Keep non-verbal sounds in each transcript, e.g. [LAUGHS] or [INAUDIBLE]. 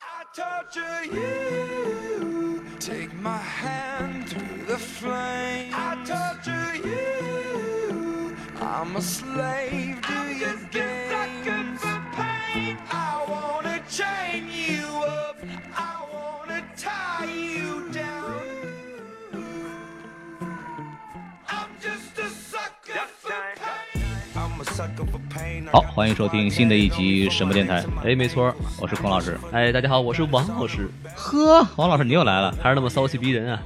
I torture you. Take my hand through the flame. I torture you. I'm a slave to I your just games. Get for pain. I wanna chain you up. I wanna tie you down. I'm just a sucker for pain. I'm a sucker for pain. 好，欢迎收听新的一集什么电台？哎，没错，我是孔老师。哎，大家好，我是王老师，呵，王老师你又来了，还是那么骚气逼人啊！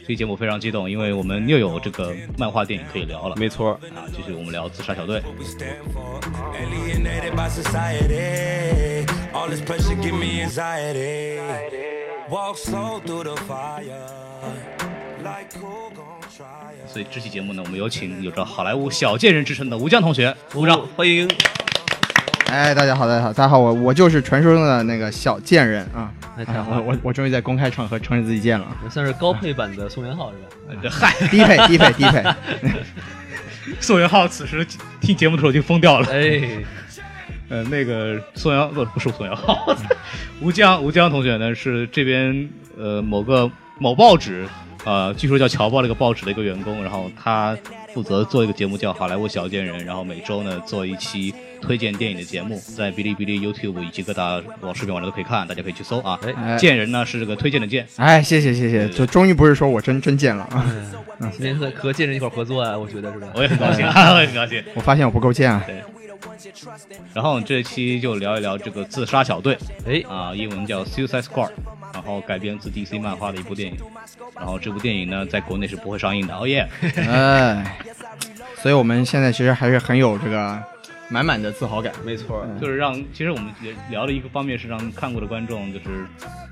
这期节目非常激动，因为我们又有这个漫画电影可以聊了。没错，啊，继续我们聊《自杀小队》。 we stand for. Alienated by society. All this pressure give me anxiety. Walk slow through the fire. Like who gon' try us? 所以这期节目呢，我们有请有着好莱坞小贱人之称的吴江同学，鼓掌欢迎。哎，大家好，大家好，大家好，我我就是传说中的那个小贱人啊！哎，太哎，好我了，我我终于在公开场合承认自己贱了，啊！我算是高配版的宋元浩是吧？哎嗨，低配，低配，低配，宋元浩此时听节目的时候已经疯掉了。 [LAUGHS] 哎，呃，那个宋阳不不是宋阳， [LAUGHS] 吴江吴江同学呢是这边呃某个某报纸，呃，据说叫《侨报》这个报纸的一个员工，然后他负责做一个节目叫《好莱坞小贱人》，然后每周呢做一期推荐电影的节目，在哔哩哔哩、YouTube 以及各大网视频网站都可以看，大家可以去搜啊。哎贱人呢是这个推荐的贱，哎，谢谢谢谢，就终于不是说我真真贱了啊！今天和和贱人一块儿合作啊，我觉得是吧？我也很高兴 [LAUGHS] 啊，我也很高兴。我发现我不够贱啊！然后这期就聊一聊这个自杀小队，哎啊，英文叫 Suicide Squad，然后改编自 DC 漫画的一部电影。然后这部电影呢，在国内是不会上映的。哦耶！哎，所以我们现在其实还是很有这个满满的自豪感。没错，就是让，其实我们也聊了一个方面是让看过的观众就是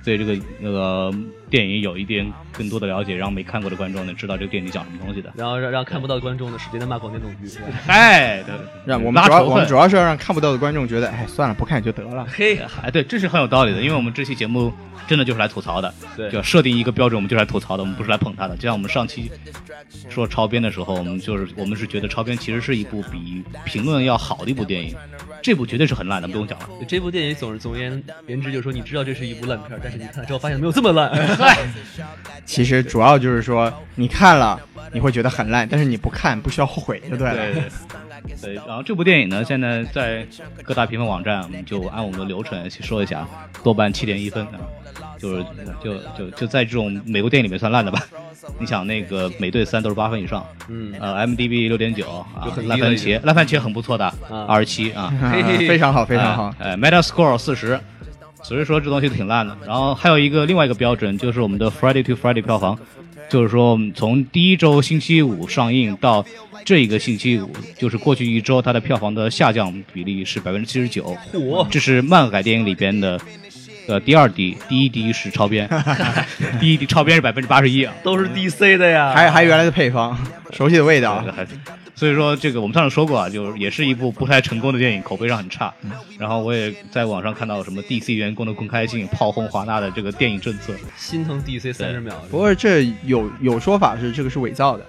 对这个那个电影有一点更多的了解，让没看过的观众呢知道这个电影讲什么东 [LAUGHS] 西的。然后让让看不到观众呢，使劲的骂广电总局是吧？哎，对，让我们拉主要仇我恨们主要是要让看不到的观众觉得，哎，算了，不看也就得了。嘿，哎，对，这是很有道理的，因为我们这期节目真的就是来吐槽的，对就设定一个标准，我们就是来吐槽的，我们不是来捧他的。就像我们上期说超编的时候，我们就是我们是觉得超编其实是一部比评论要好的一部电影，这部绝对是很烂的，不用讲了。这部电影总总而言言之就是说，你知道这是一部烂片儿，但是你看了之后发现没有这么 [LAUGHS] 烂。其实主要就是说，你看了你会觉得很烂，但是你不看不需要后悔就对了。对对对，然后这部电影呢，现在在各大评分网站，我们就按我们的流程去说一下，豆瓣七点一分啊，就是就就就在这种美国电影里面算烂的吧。你想那个美队三都是八分以上，嗯，呃，MDB 六点九啊就很，低烂番了已经茄，烂番茄很不错的，啊二十七 [LAUGHS] 啊，啊嘿嘿嘿非常好，非常好。哎、哎 Metascore 四十，所以说这东西挺烂的。然后还有一个另外一个标准就是我们的 Friday to Friday 票房，就是说我们从第一周星期五上映到这一个星期五，就是过去一周它的票房的下降比例是百分之七十九，嚯这是漫改电影里边的。呃，第二低，第一低是超编，第一低超编是百分之八十一啊，都是 DC 的呀，还还原来的配 [LAUGHS] 方，熟悉的味道这个。还啊是，所以说这个我们上次说过啊，就是也是一部不太成功的电影，口碑上很差。嗯然后我也在网上看到什么 DC 员工的公开信炮轰华纳的这个电影政策心疼 DC 三十秒。不过这有有说法是这个是伪造的，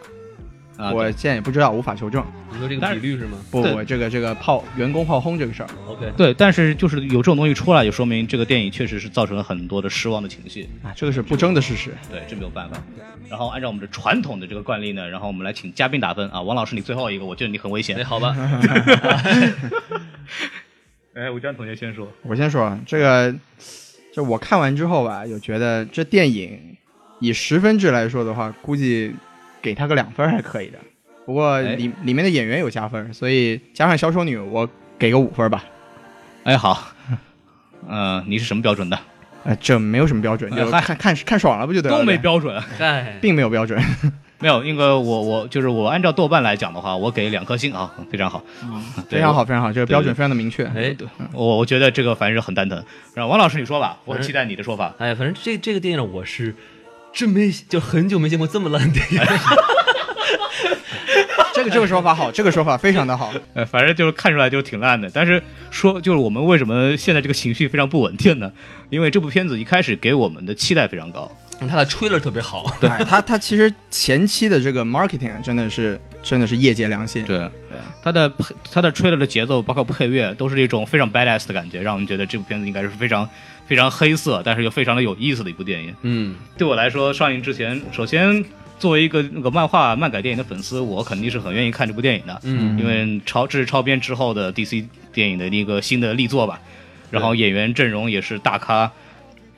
啊，我现在也不知道，无法求证。你说这但个是比率是吗不，对我这个这个炮员工炮轰这个事儿， ？OK，对对，但是就是有这种东西出来，就说明这个电影确实是造成了很多的失望的情绪。啊，这个是不争的事实。对，这没有办法。然后按照我们的传统的这个惯例呢，然后我们来请嘉宾打分啊，王老师你最后一个，我觉得你很危险哎，。好吧， [LAUGHS] [LAUGHS] 哎，吴江同学先说，我先说啊这个，就我看完之后吧，有觉得这电影以十分制来说的话，估计给他个两分还可以的。不过哎里里面的演员有加分，所以加上小丑女，我给个五分吧。哎好，呃，你是什么标准的？呃啊，这没有什么标准，就哎嗨看看看爽了不就得了呗？都没标准，啊哎，并没有标准。没有，那个我我就是我按照豆瓣来讲的话，我给两颗星啊，非常好，对嗯非常好，非常好，这个标准对非常的明确。哎，我我觉得这个反正很蛋疼。然后王老师你说吧，我反正期待你的说法。哎呀，反正这这个电影我是真没就很久没见过这么烂的电影。这个这个说法好，这个说法非常的好。呃，反正就是看出来就是挺烂的。但是说就是我们为什么现在这个情绪非常不稳定呢？因为这部片子一开始给我们的期待非常高，他的 trailer 特别好，对，哎他他其实前期的这个 marketing 真的是真的是业界良心。对，它的配它的 trailer 的节奏，包括配乐，都是一种非常 badass 的感觉，让我们觉得这部片子应该是非常非常黑色，但是又非常的有意思的一部电影。嗯，对我来说，上映之前，首先作为一个那个漫画漫改电影的粉丝，我肯定是很愿意看这部电影的，嗯，因为超这是超编之后的 DC 电影的一个新的力作吧，然后演员阵容也是大咖。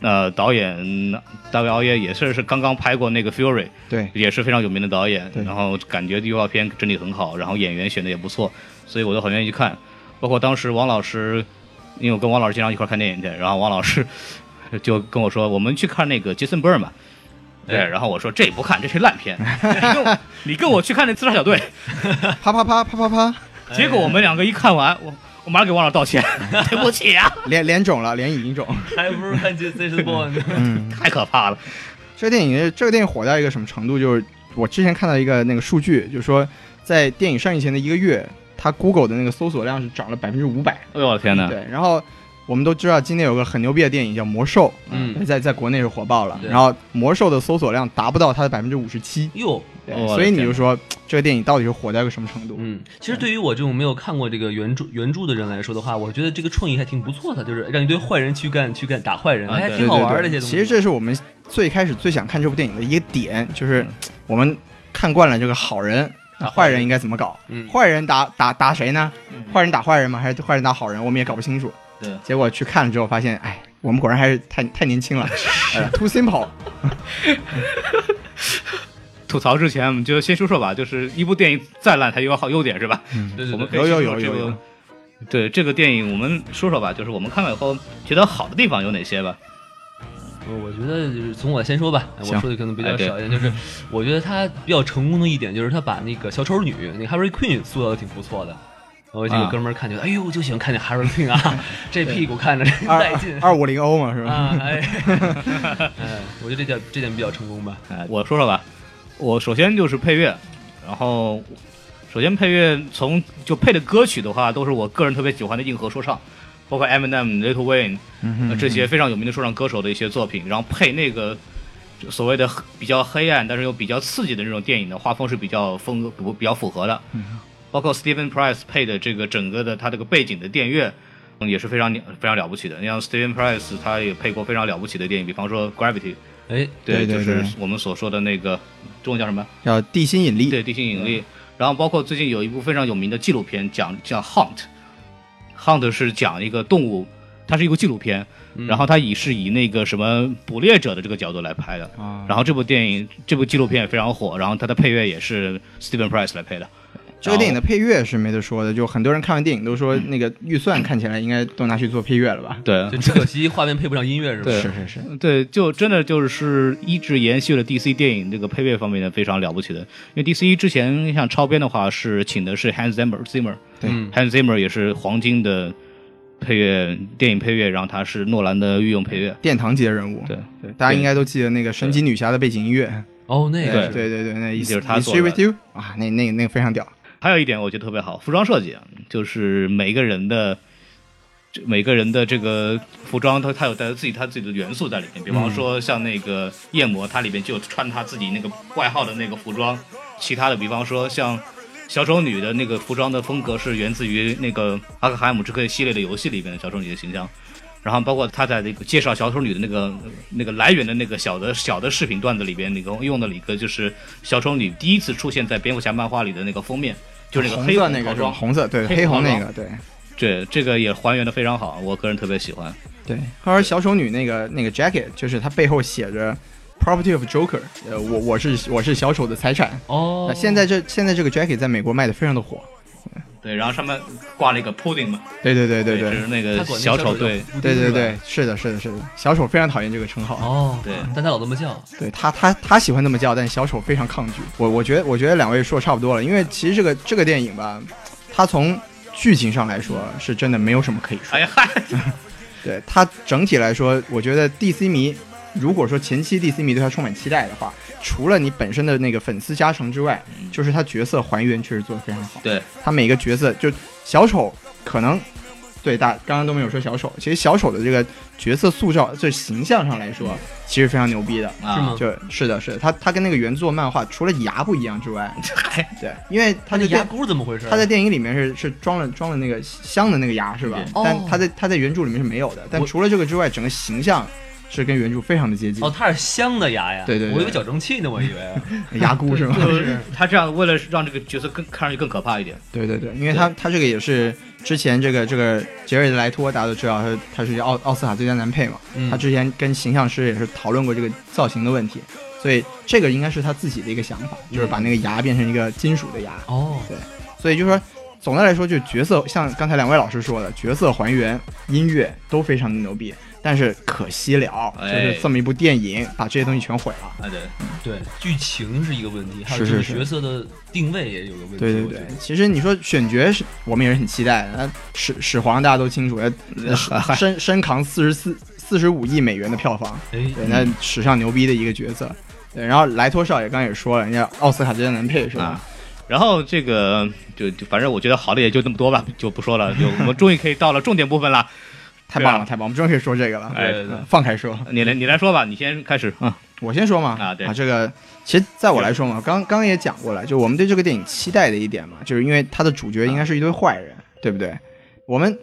呃，导演大卫·奥耶也是是刚刚拍过那个《Fury》，对，也是非常有名的导演，对然后感觉预告片整体很好，然后演员选的也不错，所以我都很愿意去看。包括当时王老师，因为我跟王老师经常一块儿看电影去，然后王老师 [LAUGHS] 就跟我说，我们去看那个杰森·伯尔嘛。对，然后我说这不看，这是烂 [LAUGHS] 片。你跟我你跟我去看那《自杀小队啪啪啪啪啪啪，》，结果我们两个一看完，我我马上给王老师道 [LAUGHS] 歉，对不起啊，脸脸肿了，脸已经肿。还不如看《Jason Bourne》呢。嗯，太可怕了。这个电影这个电影火到一个什么程度？就是我之前看到一个那个数据，就是说在电影上映前的一个月，它 Google 的那个搜索量是涨了百分之五百。哎呦我的天哪！对，然后我们都知道今年有个很牛逼的电影叫《魔兽》，嗯在在国内是火爆了。对然后《魔兽》的搜索量达不到它的百分之五十七，哟，对我的所以你天就哪说这个电影到底是火到一个什么程度？嗯，其实对于我这种没有看过这个原著原著的人来说的话，我觉得这个创意还挺不错的，就是让一堆坏人去干去干打坏人，啊还对挺对好对玩的。对这些东西其实这是我们最开始最想看这部电影的一个点，嗯就是我们看惯了这个好人，那坏人应该怎么搞？嗯坏人打打打谁呢？坏人打坏人吗？还是坏人打好人？我们也搞不清楚。对结果去看了之后发现，哎，我们果然还是太太年轻了呃，too [LAUGHS] [LAUGHS] simple。吐槽之前，我们就先说说吧，就是一部电影再烂，它也有好优点是吧？对我对们对，可以有先有说有这有个有对这个电影，我们说说吧，就是我们看完以后觉得好的地方有哪些吧？我我觉得就是从我先说吧，我行说的可能比哎较对少一点，就是我觉得他比较成功的一点就是他把那个小丑女那个 Harry Quinn 塑造的挺不错的。我几个啊哥们儿看觉得，哎呦，我就喜欢看那 Harry Quinn 啊，这屁股看着真带劲二五零欧嘛，是吧？啊！哎，哎，我觉得这点这点比较成功吧。哎，我说说吧，我首先就是配乐，然后首先配乐从就配的歌曲的话，都是我个人特别喜欢的硬核说唱，包括 Eminem、Little Wayne、呃这些非常有名的说唱歌手的一些作品，然后配那个就所谓的黑比较黑暗，但是又比较刺激的那种电影的画风是比较风格不比较符合的，包括 Steven Price 配的这个整个的他这个背景的电乐。嗯也是非常了非常了不起的。你像 Steven Price，他也配过非常了不起的电影，比方说《Gravity》，哎，对对就是对我们所说的那个中文叫什么？叫地心引力。对，地心引力。然后包括最近有一部非常有名的纪录片讲叫 Hunt，Hunt 是讲一个动物，它是一个纪录片，嗯然后它以是以那个什么捕猎者的这个角度来拍的。啊，然后这部电影这部纪录片也非常火，然后它的配乐也是 Steven Price 来配的。这个电影的配乐是没得说的，就很多人看完电影都嗯说那个预算看起来应该都拿去做配乐了吧？对就只可惜画面配不上音乐是吧？嗯嗯是对是是，对，就真的就是一直延续了 DC 电影这个配乐方面的非常了不起的，因为 DC 之前像超编的话是请的是 Hans Zimmer Zimmer，对嗯 Hans Zimmer 也是黄金的配乐电影配乐，然后他是诺兰的御用配乐，殿堂级的人物。对对，大家应该都记得那个神奇女侠的背景音乐。哦，那个对是对对对，那意思就是他 s 做 h 的 with you 啊，那那个那个非常屌。还有一点我觉得特别好，服装设计啊，就是每个人的。这每个人的这个服装，它它有带自己它自己的元素在里面。比嗯方说像那个夜魔，它里面就有穿他自己那个外号的那个服装。其他的，比方说像小丑女的那个服装的风格是源自于那个阿克海姆之克系列的游戏里面的小丑女的形象。然后包括他在那个介绍小丑女的那个那个来源的那个小的小的视频段子里边，那个用的一个就是小丑女第一次出现在蝙蝠侠漫画里的那个封面，就是那个红黑色红那个套是吧？装。红色对，黑黑红红那套个对对，这个也还原的非常好，我个人特别喜欢。对。他说小丑女那个那个 jacket，就是它背后写着 property of Joker，呃，我我是我是小丑的财产。啊哦那，现在这现在这个 jacket 在美国卖的非常的火，对，然后上面挂了一个 pudding 嘛，对对对对就是对那他管个那小呃丑丑队，叫对对。对布丁是吧，是的，是的，是的。小丑非常讨厌这个称号，哦，对但他老这么叫，对他他他喜欢那么叫，但小丑非常抗拒。我我觉得我觉得两位说的差不多了，因为其实这个这个电影吧，它从剧情上来说是真的没有什么可以说哎。呀嗨，对它整体来说，我觉得 DC 迷，如果说前期 DC 迷对它充满期待的话，除了你本身的那个粉丝加成之外，就是它角色还原确实做得非常好。对，它每个角色就小丑可能。对，大刚刚都没有说小丑，其实小丑的这个角色塑造，就形象上来说，其实非常牛逼的。是啊吗，就是的，是的，他他跟那个原作漫画除了牙不一样之 [LAUGHS] 外，对，因为他他那在牙电箍是怎么回事？啊他在电影里面是是装了装了那个镶的那个牙是吧？对但哦他在他在原著里面是没有的，但我除了这个之外，整个形象是跟原著非常的接近哦，，他是镶的牙呀，对对对我以为矫正器呢，我以为。 [LAUGHS] 牙箍是吗？ [LAUGHS] 就是他这样为了让这个角色更看上去更可怕一点， [LAUGHS] 对对对，因为他他这个也是之前这个这个杰瑞德莱托大家都知道他是他是奥奥斯卡最佳男配嘛，嗯他之前跟形象师也是讨论过这个造型的问题，所以这个应该是他自己的一个想法，就是把那个牙变成一个金属的牙。哦，所以就是说，总的来说，就角色像刚才两位老师说的，角色还原、音乐都非常的牛逼。但是可惜了，就哎是这么一部电影把这些东西全毁了。啊对，对，剧情是一个问题，还有是就是是角色的定位也有个问题。对对我觉对得，其实你说选角是，我们也是很期待的。那始始皇大家都清楚，呃身身扛四十四四十五亿美元的票房，对，哎，那史上牛逼的一个角色。对，然后莱托少爷刚才也说了，人家奥斯卡最佳男配是吧啊？然后这个就就反正我觉得好的也就那么多吧，就不说了。就我们终于可以到了重点部分了，太棒对啊了，太棒了！我们终于可以说这个了。对哎对对嗯放开说。你来你来说吧，你先开始啊。我先说嘛啊对这个其实在我来说嘛，刚刚也讲过了，就我们对这个电影期待的一点嘛，就是因为它的主角啊应该是一堆坏人，对不对？我们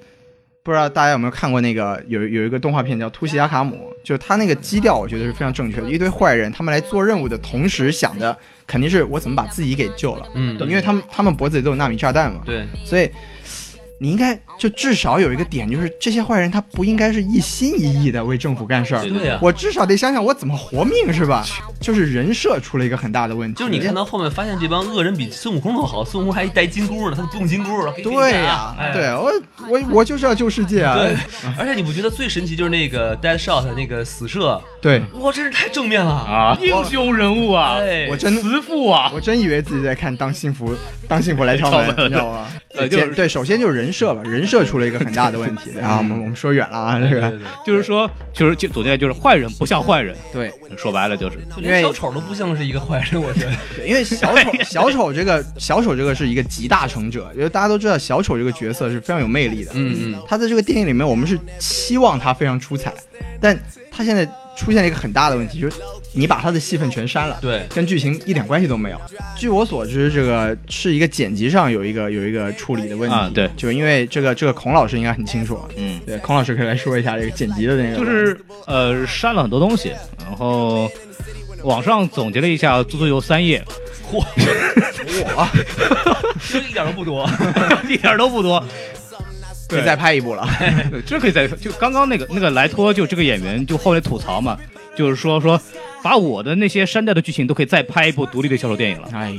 不知道大家有没有看过那个有有一个动画片叫《突袭阿卡姆》，就是它那个基调，我觉得是非常正确的。一堆坏人他们来做任务的同时，想着肯定是我怎么把自己给救了，嗯，因为他们他们脖子里都有纳米炸弹嘛，对，所以你应该就至少有一个点，就是这些坏人他不应该是一心一意的为政府干事儿，对呀我至少得想想我怎么活命是 [LAUGHS] 吧？就是人设出了一个很大的问题，就是你看到后面发现这帮恶人比孙悟空都好，孙悟空还戴金箍呢，他都不用金箍了。给你对戴呀、哎对我我我就是要救世界啊，对，而且你不觉得最神奇就是那个 Dead Shot 那个死射，对哇，真是太正面了啊！啊，英雄人物啊，哎，我真慈父啊，我真以为自己在看《当幸福当幸福来敲门敲》，门你知 [LAUGHS] 道吗？呃就是对，首先就是人设吧，人设出了一个很大的问题。然后我们我们说远了啊，这对个对对，就是说，就是就总结就是坏人不像坏人，对，说白了就是就因为连小丑都不像是一个坏人，我觉 [LAUGHS] 得。对，因为小 [LAUGHS] 哎丑小丑这个小丑这个是一个集大成者，因为大家都知道小丑这个角色是非常有魅力的。嗯嗯，他在这个电影里面，我们是期望他非常出彩，但他现在出现了一个很大的问题，就是你把他的戏份全删了，对跟剧情一点关系都没有。据我所知，这个是一个剪辑上有一个有一个处理的问题，啊对就是因为这个这个孔老师应该很清楚，啊嗯，对，孔老师可以来说一下这个剪辑的那个，就是呃删了很多东西，然后网上总结了一下，足足有三页，嚯，我一点都不多。 [LAUGHS] 一点儿都不多。可以再拍一部了， [LAUGHS] 对，这可以再就刚刚那个那个莱托就这个演员就后来吐槽嘛，就是说说把我的那些删掉的剧情都可以再拍一部独立的小丑电影了。哎呦，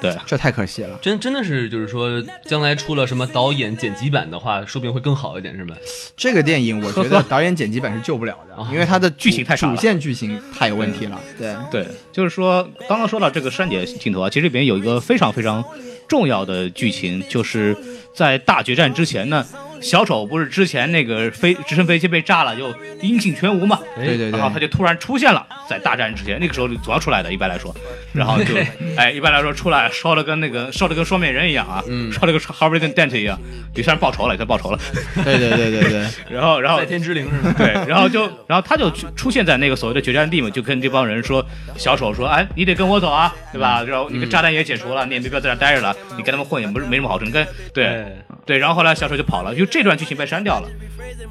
对，这太可惜了。 [LAUGHS] 真真的是，就是说，将来出了什么导演剪辑版的话，说不定会更好一点，是吧？这个电影我觉得导演剪辑版是救不了的，因为它的主剧情太差了主线剧情太有问题了。对，对，就是说刚刚说到这个删节镜头啊，其实里面有一个非常非常重要的剧情，就是在大决战之前呢，小丑不是之前那个飞直升飞机被炸了，就音信全无嘛。对对 [LAUGHS] 对然后他就突然出现了，在大战之前，那个时候就总要出来的，一般来说，嗯然 [LAUGHS] 后就，哎，一般来说出来烧的跟那个烧的跟双面人一样啊，嗯烧的跟 Harvey Dent 一样，也算是报仇了，也算报仇了。 [LAUGHS] 对对对对对，然后，然后在天之灵是吧？对，然后就，然后他就去出现在那个所谓的决战地嘛，就跟这帮人说，小丑说，哎，你得跟我走啊，对吧？然后你嗯跟炸弹也解除了，你也没必要在这儿待着了，你跟他们混也不是没什么好处，你跟对哎对，然后后来小丑就跑了，就这段剧情被删掉了，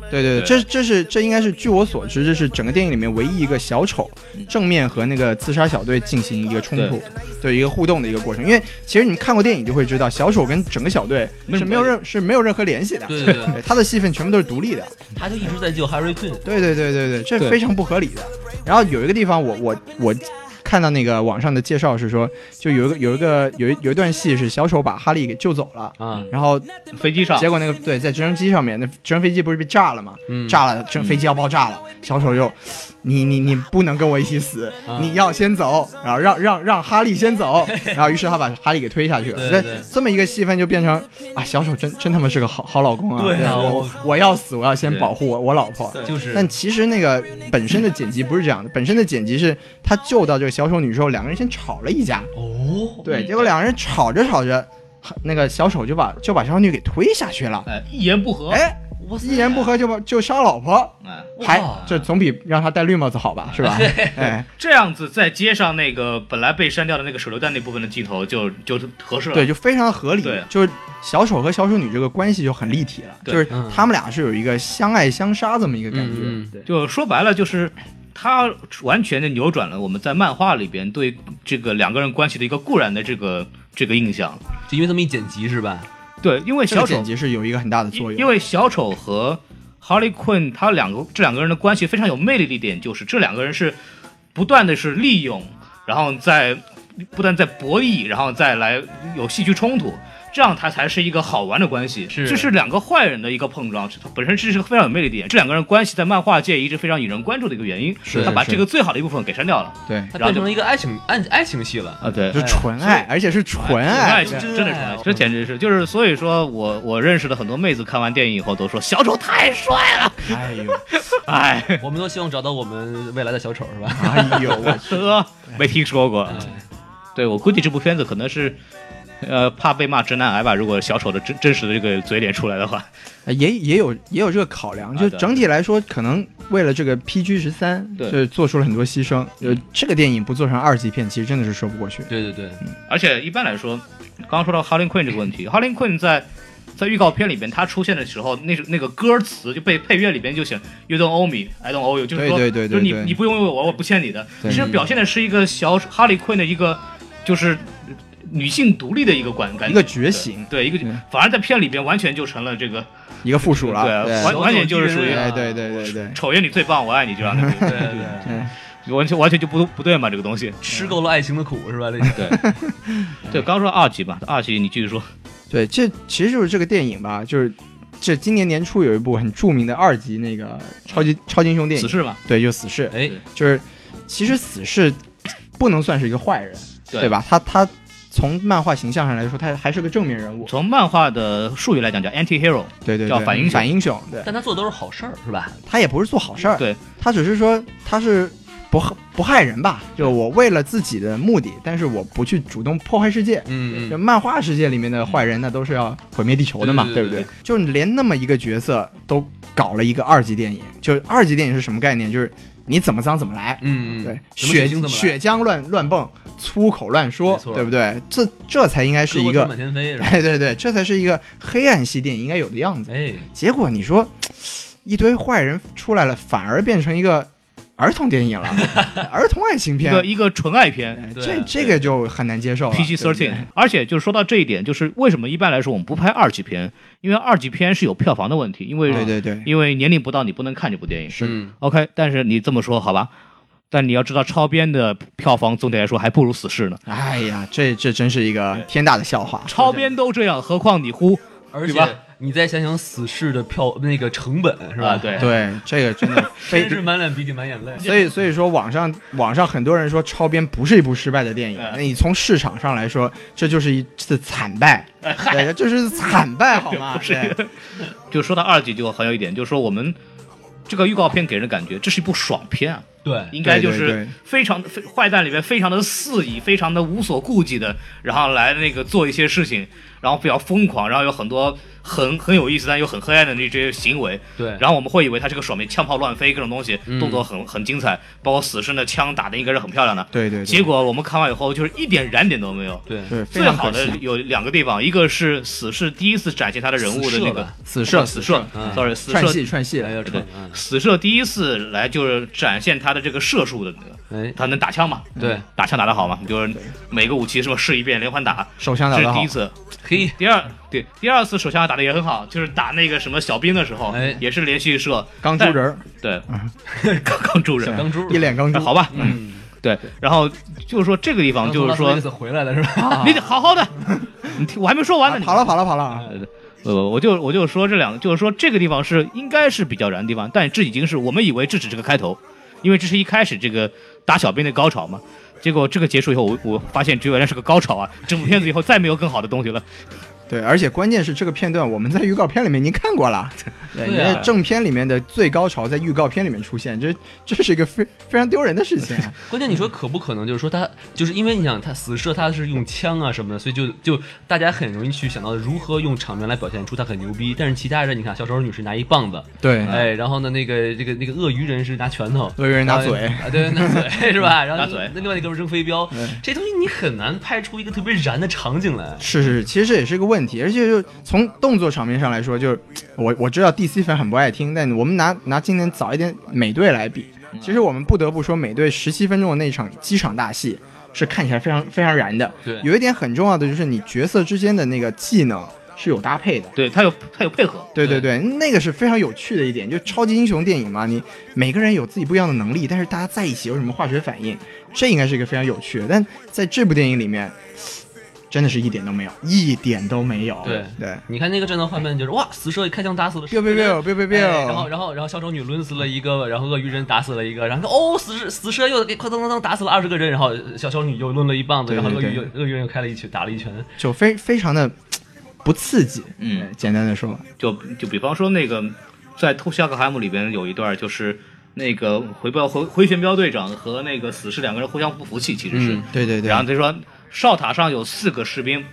对对对，对这这是这应该是据我所知，这是整个电影里面唯一一个小丑正面和那个自杀小队进行一个冲突，对一个互动的一个过程。因为其实你们看过电影就会知道，小丑跟整个小队没是没有任是没有任何联系的，对对对，对他的戏份全部都是独立的。他就一直在救 Harry Quinn。对对对对对，这对非常不合理的。然后有一个地方我我我看到那个网上的介绍是说，就有一个有一个有一有一段戏是小丑把哈利给救走了，啊，然后飞机上结果那个对，在直升机上面，那直升飞机不是被炸了吗？嗯炸了，直飞机要爆炸了。小丑又，你你你不能跟我一起死，啊你要先走，然后让让让哈利先走， [LAUGHS] 然后于是他把哈利给推下去了。对对这对这么一个戏份就变成啊，小丑真真他妈是个好好老公啊！对啊我我我要死，我要先保护我我老婆。就是但其实那个本身的剪辑不是这样的，本身的剪辑是他救到这个小丑女之后，两个人先吵了一架，哦，对，结果两个人吵着吵着，那个小丑就把就把小丑女给推下去了。哎一言不合哎，哇塞一言不合就把就杀老婆，哎还哇这总比让他戴绿帽子好吧，是吧？哎，这样子在街上那个本来被删掉的那个手榴弹那部分的镜头就就合适了。对，，就非常合理对，就是小丑和小丑女这个关系就很立体了，就对是嗯他们俩是有一个相爱相杀这么一个感觉。嗯对，就说白了就是。他完全的扭转了我们在漫画里边对这个两个人关系的一个固然的这个这个印象。就因为他们一剪辑是吧？对，因为这个小剪丑辑是有一个很大的作用，因为小丑和 Harley Quinn 他两个这两个人的关系非常有魅力的一点就是这两个人是不断的是利用，然后再不断在博弈，然后再来有戏剧冲突。这样他才是一个好玩的关系，是这是两个坏人的一个碰撞，本身这是个非常有魅力的点。这两个人关系在漫画界一直非常引人关注的一个原因，是他把是这个最好的一部分给删掉了对，它然变后就成了一个爱情爱爱情戏了。啊，对就纯爱，而且是纯爱爱，情真真的爱是啊爱情，这简直是就是，所以说我我认识的很多妹子看完电影以后都说小丑太帅了，哎呦，哎，我们都希望找到我们未来的小丑是吧？哎 [LAUGHS] 呦，我呵， [LAUGHS] 没听说过。哎嗯对我估计这部片子可能是，呃，怕被骂直男癌吧。如果小丑的真真实的这个嘴脸出来的话，呃也也有也有这个考量，啊就对整体来说，可能为了这个 PG 十三，对就是做出了很多牺牲。呃，这个电影不做成二级片，其实真的是说不过去。对对对，而且一般来说，刚刚说到哈林奎 n 这个问题，哈林奎 n 在在预告片里边他出现的时候，那那个歌词就被配乐里边就写 “You don't owe me, I don't owe you”，就是说，对对对对就是对你你不拥有我，我不欠你的。对其实表现的是一个小哈利奎 n 的一个就是女性独立的一个观感，一个嗯觉醒对一个对反而在片里边完全就成了这个一个附属了，对对哎完完全就是属于啊对对对对对，丑爷你最棒，我爱你这 [LAUGHS] 样的感觉。对对，完全完全就不不对嘛，这个东西。吃够了爱情的苦是吧？类似对，对，刚说二级吧，二级你继续说。对，这其实就是这个电影吧，就是这今年年初有一部很著名的二级那个超级超级英雄电死影，侍嘛，对，就死侍，哎，就是其实死侍不能算是一个坏人，对对吧？他他从漫画形象上来说，他还是个正面人物，从漫画的术语来讲叫 anti hero，对对叫对，反英雄反英雄，对。但他做的都是好事儿是吧？他也不是做好事儿，对他只是说他是不害不害人吧，就我为了自己的目的，但是我不去主动破坏世界。嗯就漫画世界里面的坏人，那都是要毁灭地球的嘛，对对对不对对？就是你连那么一个角色都搞了一个二级电影，就是二级电影是什么概念？就是你怎么脏怎么来，嗯，嗯对，什么血血腥怎么来血浆乱乱蹦，粗口乱说没，错对不对？这这才应该是一胳膊个腿，满天飞是吧？ [LAUGHS] 对对对，这才是一个黑暗系电影应该有的样子。哎，结果你说一堆坏人出来了，反而变成一个儿童电 [LAUGHS] 影了，儿童爱情一片个，一啊个纯爱片。哎对这这个就很难接受了。对 PG 不对 thirteen，而且就是说到这一点，就是为什么一般来说我们不拍二级片，因为二级片是有票房的问题，因为对对对，因为年龄不到你不能看这部电影。嗯， OK，但是你这么说好吧，但你要知道超编的票房总体来说还不如死侍呢，哎呀，这这真是一个天大的笑话。超编都这样，何况你乎？而对且吧你再想想死侍的票那个成本是吧？啊对对，这个真的非 [LAUGHS] 真。是满脸鼻涕满眼泪。所以，所以说网上网上很多人说超编不是一部失败的电影，嗯那你从市场上来说，这就是一次惨败，哎对，这是惨 [LAUGHS] 败好吗？哎对，就说到二级就很有一点，就是说我们这个预告片给人感觉这是一部爽片啊，对，应该就对对对是非常非坏蛋里面非常的肆意，非常的无所顾忌的，然后来那个做一些事情，然后比较疯狂，然后有很多很很有意思但又很黑暗的那些行为。对然后我们会以为它是个爽片，枪炮乱飞，各种东西，嗯动作很很精彩，包括死神的枪打的应该是很漂亮的。对对对结果我们看完以后就是一点燃点都没有。对对，非最常好可的惜。有两个地方，一个是死侍第一次展现他的人物的那个死射死射嗯，sorry，死串戏射串戏，哎呀，对成嗯死射第一次来就是展现他的这个射术的那个，哎，他能打枪嘛？对，打枪打得好嘛？就是每个武器是吧试一遍连环打，手枪打这得是第好一，次。嘿，第二对第二次手枪打得也很好，就是打那个什么小兵的时候哎，也是连续射钢珠但人儿，嗯 [LAUGHS] 对，钢钢珠小人钢珠一脸钢珠哎，好吧，嗯，对，然后就是说这个地方就是说，啊回来了是吧？你得 [LAUGHS] 好好的，你听我还没说完呢，你跑了跑了跑了啊！呃，我就我就说这两个，就是说这个地方是应该是比较燃的地方，但这已经是我们以为这只是个开头，因为这是一开始这个打小兵的高潮嘛。结果这个结束以后，我我发现这原来是个高潮啊！整部片子以后再没有更好的东西了。对，而且关键是这个片段我们在预告片里面已经看过了，对，你对啊在正片里面的最高潮在预告片里面出现，这这是一个非非常丢人的事情啊。关键你说可不可能？就是说他就是因为你想他死射他是用枪啊什么的，所以就就大家很容易去想到如何用场面来表现出他很牛逼。但是其他人你看，小丑女是拿一棒子， [LAUGHS] 对哎，然后呢那个这个那个鳄鱼人是拿拳头，鳄鱼人拿嘴啊对拿 [LAUGHS] 嘴是吧？然后拿嘴那另外那哥们儿扔飞镖，这东西你很难拍出一个特别燃的场景来。是是，是，其实这也是个问题，而且就从动作场面上来说，就是我我知道 DC 粉很不爱听，但我们拿拿今年早一点美队来比，其实我们不得不说，美队十七分钟的那场机场大戏是看起来非常非常燃的。对有一点很重要的就是你角色之间的那个技能是有搭配的。对他有他有配合，对对对，那个是非常有趣的一点，就超级英雄电影嘛，你每个人有自己不一样的能力，但是大家在一起有什么化学反应，这应该是一个非常有趣的。但在这部电影里面，真的是一点都没有，一点都没有。对对，你看那个战斗画面，就是哇，死射一开枪打死了，biu biu biu biu biu 哎然后 biu，然后然后小丑女抡死了一个，然后鳄鱼人打死了一个，然后哦死蛇死蛇又给哐当当当打死了二十个人，然后小丑女又抡了一棒子，对然后鳄对鱼又鳄鱼人又开了一拳打了一拳，就非非常的不刺激。嗯，简单的说，就就比方说那个在《偷夏克海姆》里边有一段就是。那个回标回回旋镖队长和那个死士两个人互相不服气，其实是，嗯对对对然后，他说哨塔上有四个士兵，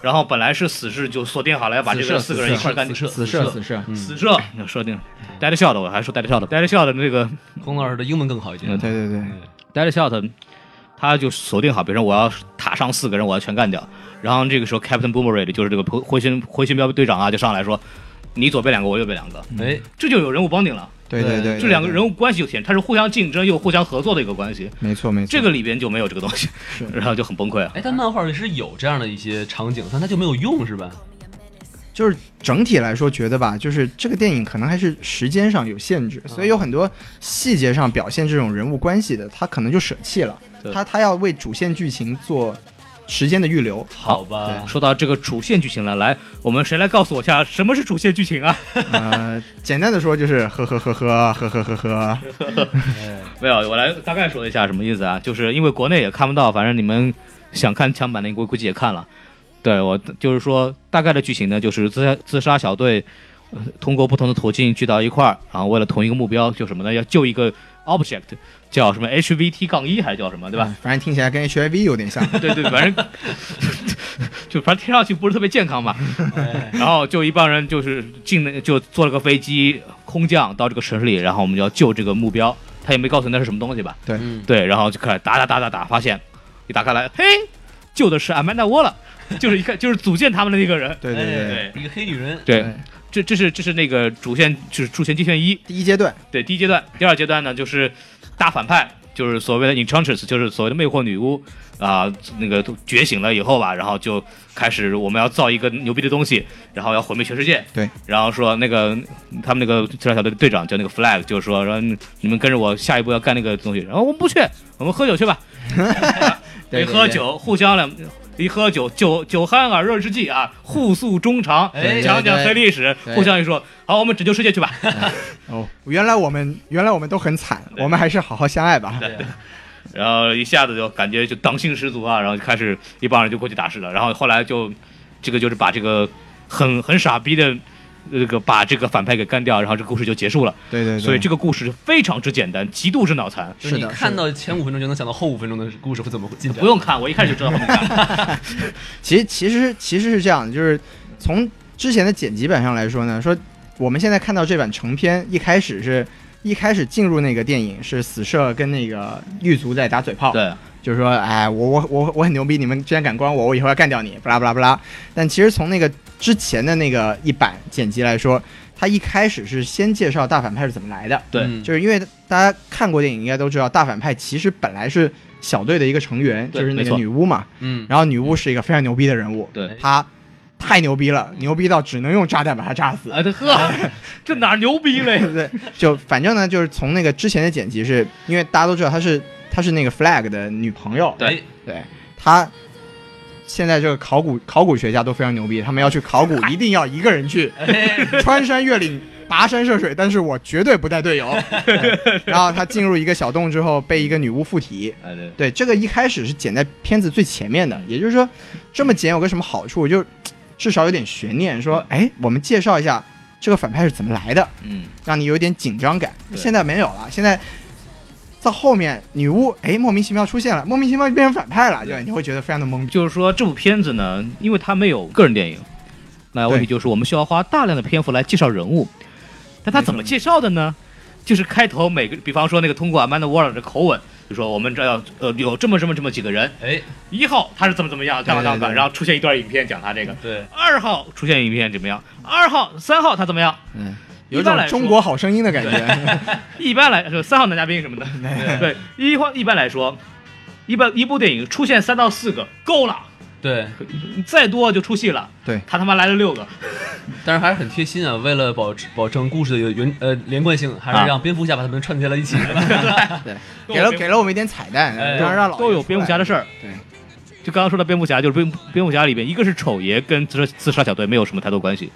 然后本来是死士就锁定好了，要把这个四个人一块儿干死射死射死射，死射哎设定，带着笑的，我还说带着笑的，带着笑的那个孔老师的英文更好一些。对对对，带着笑的，他就锁定好，比如说我要塔上四个人，我要全干掉。然后这个时候，Captain Boomerang 就是这个回回旋回旋镖队长啊，就上来说，你左边两个，我右边两嗯个，哎，这就有人物绑定了。对对对，这两个人物关系就体现，它是互相竞争又互相合作的一个关系。没错没错，这个里边就没有这个东西是，然后就很崩溃啊。哎，但漫画里是有这样的一些场景，但它就没有用是吧？就是整体来说，觉得吧，就是这个电影可能还是时间上有限啊制，所以有很多细节上表现这种人物关系的，他可能就舍弃了对，他他要为主线剧情做时间的预 [LAUGHS] 留。好吧，说到这个主线剧情了，来，我们谁来告诉我一下什么是主线剧情啊？呃，简单的说就是呵呵呵呵呵呵呵呵，没有，我来大概说一下什么意思啊？就是因为国内也看不到，反正你们想看枪版的，我估计也看了。对我就是说，大概的剧情呢，就是自杀自杀小队、呃通过不同的途径聚到一块儿，然后为了同一个目标，就什么呢？要救一个 object，叫什么 HVT 杠一还是叫什么，对吧？嗯反正听起来跟 HIV 有点 [LAUGHS] 像。对对，反正就反正听上去不是特别健康吧。然后就一帮人就是进那就坐了个飞机空降到这个城市里，然后我们就要救这个目标。他也没告诉你那是什么东西吧？对嗯对，然后就开始打打打打打，发现一打开来，嘿，救的是 Amanda w a l l 就是一看就是组建他们的那个人。对对对，哎对哎一个黑女人，对，这这是这是那个主线就是主线机选一，第一阶段，对，第一阶段，第二阶段呢就是大反派，就是所谓的 Enchantress，就是所谓的魅惑女巫啊、那个都觉醒了以后吧，然后就开始我们要造一个牛逼的东西，然后要毁灭全世界。对，然后说那个他们那个自杀小队的队长叫那个 Flag，就是说说你你们跟着我下一步要干那个东西，然后我们不去，我们喝酒去吧。 [LAUGHS] 对一喝，酒，互相两一喝酒，酒酒酣耳热之际啊，互诉衷肠哎对，讲讲对黑历史，对互相一说，好，我们拯救世界去吧。对对哦，原来我们原来我们都很惨，对我们还是好好相爱吧。对然后一下子就感觉就党性十足啊，然后就开始一帮人就过去打事了。然后后来就，这个就是把这个很很傻逼的，这个把这个反派给干掉，然后这个故事就结束了。对对对，所以这个故事是非常之简单，极度之脑残。就是你是的看到前五分钟就能想到后五分钟的故事会怎么进展，不用看，我一开始就知道后面看。其实其实其实是这样的，就是从之前的剪辑版上来说呢，说我们现在看到这版成片一开始是一开始进入那个电影是死射跟那个狱卒在打嘴炮，对，就是说哎我我我我很牛逼，你们之前敢关我，我以后要干掉你，不啦不啦不啦。但其实从那个之前的那个一版剪辑来说，它一开始是先介绍大反派是怎么来的，对嗯就是因为大家看过电影应该都知道，大反派其实本来是小队的一个成员，对就是那没个错女巫嘛。嗯，然后女巫是一个非常牛逼的人物，对她太牛逼了，牛逼到只能用炸弹把她炸死。 [LAUGHS] 哎，这呵，这哪儿牛逼嘞？对，就反正呢，就是从那个之前的剪辑是，因为大家都知道她是她是那个 Flag 的女朋友，对哎对他现在这个考古考古学家都非常牛逼，他们要去考古，一定要一个人去， [LAUGHS] 穿山越岭、跋山涉水，但是我绝对不带队友。然后他进入一个小洞之后，被一个女巫附体。哎对，对，这个一开始是剪在片子最前面的，也就是说，这么剪有个什么好处？就至少有点悬念，说，哎，我们介绍一下这个反派是怎么来的，嗯，让你有点紧张感。对现在没有了，现在到后面女巫哎莫名其妙出现了，莫名其妙就变成反派了，对，你会觉得非常的懵逼。就是说这部片子呢，因为它没有个人电影，那问题就是我们需要花大量的篇幅来介绍人物，但他怎么介绍的呢？就是开头每个，比方说那个通过 Amanda Waller 的口吻，就说我们这要呃有这么这么这么几个人，哎，一号他是怎么怎么样，干嘛干嘛对对干嘛，对然后出现一段影片讲他这个，对，二号出现影片怎么样，二号、三号他怎么样，嗯，有一一般种来说中国好声音的感觉。一般来说，三号男嘉宾什么 [LAUGHS] 的，对，一般一般来说，一般一部电影出现三到四个够了，对，再多就出戏了。对他他妈来了六个，但是还是很贴心啊！为了保持保证故事的原呃连贯性，还是让蝙蝠侠把他们串接在了一起。对， [LAUGHS] 都有给了蝙蝠给了我们一点彩蛋，哎让让老都有蝙蝠侠的事。事儿。对，就刚刚说到蝙蝠侠，就是蝙蝙蝠侠里边，一个是丑爷跟自杀自杀小队没有什么太多关系，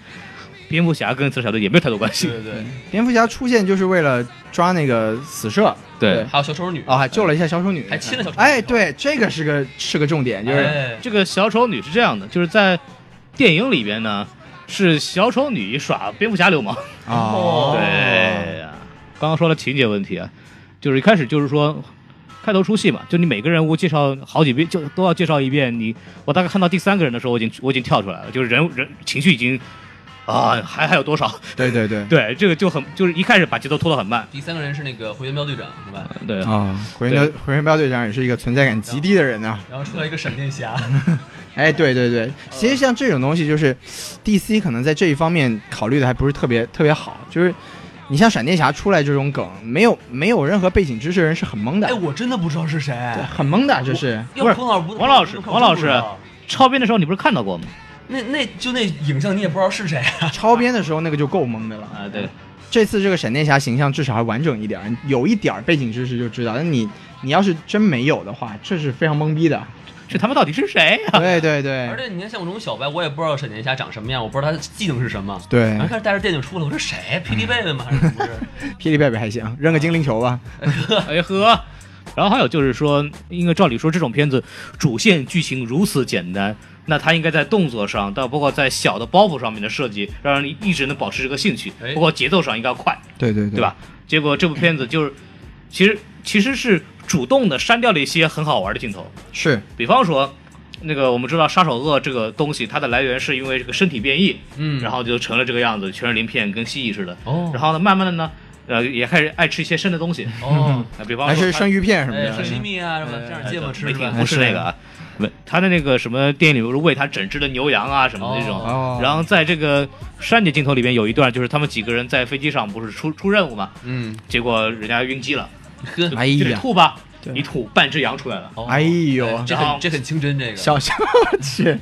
蝙蝠侠跟自杀小队也没有太多关系。对对，蝙蝠侠出现就是为了抓那个死射，对还有小丑女哦，还救了一下小丑女，还亲了小丑女哎，对，这个是个是个重点，就是哎这个小丑女是这样的，就是在电影里边呢，是小丑女耍蝙蝠侠流氓。哦，对呀、刚刚说了情节问题啊，就是一开始就是说开头出戏嘛，就你每个人物介绍好几遍，就都要介绍一遍。你我大概看到第三个人的时候，我已经我已经跳出来了，就是人人情绪已经啊还还有多少？对对对对，这个就很就是一开始把节奏拖得很慢。第三个人是那个回旋镖队长，是吧？对，啊，回旋镖回旋镖队长也是一个存在感极低的人呐。然后出来一个闪电侠，哎，对对对，其实像这种东西，就是 DC 可能在这一方面考虑的还不是特别特别好，就是你像闪电侠出来这种梗，没有没有任何背景知识的人是很懵的哎，，我真的不知道是谁。对很懵的，这是要孔老不王老师王老师超编的时候你不是看到过吗？那那就那影像你也不知道是谁啊？超编的时候那个就够懵的了。啊，对，这次这个闪电侠形象至少还完整一点儿，有一点儿背景知识就知道。那你你要是真没有的话，这是非常懵逼的。这他妈到底是谁 [LAUGHS] 呀、对对对而且你看像我这种小白，我也不知道闪电侠长什么样，我不知道他技能是什么。对然后，开始带着电影出来，我说谁？啊霹雳贝贝吗？还是 [LAUGHS] 不是？霹雳贝贝还行，扔个精灵球吧。哎呵。然后还有就是说，因为照理说这种片子主线剧情如此简单，那它应该在动作上，到包括在小的包袱上面的设计，让人一直能保持这个兴趣哎。包括节奏上应该要快，对对对，对吧？结果这部片子就是，其实其实是主动的删掉了一些很好玩的镜头，是，比方说。那个我们知道杀手鳄这个东西，它的来源是因为这个身体变异，嗯然后就成了这个样子，全是鳞片，跟蜥蜴似的。哦然后呢，慢慢的呢，呃，也开始爱吃一些生的东西， [LAUGHS] 哦，啊，比方还说是它生鱼片什么哎，沙的。西米啊什么，这样芥末吃没是听 [LAUGHS] 吧？嗯不是那个啊，没他的那个什么电影里不是喂他整只的牛羊啊什么的那种。哦哦，然后在这个删节镜头里面有一段，就是他们几个人在飞机上不是出出任务嘛，嗯，结果人家晕机了，呵哎就得呀，吐吧，对一吐半只羊出来了，哦哎呦这很这很清真，这个小小是，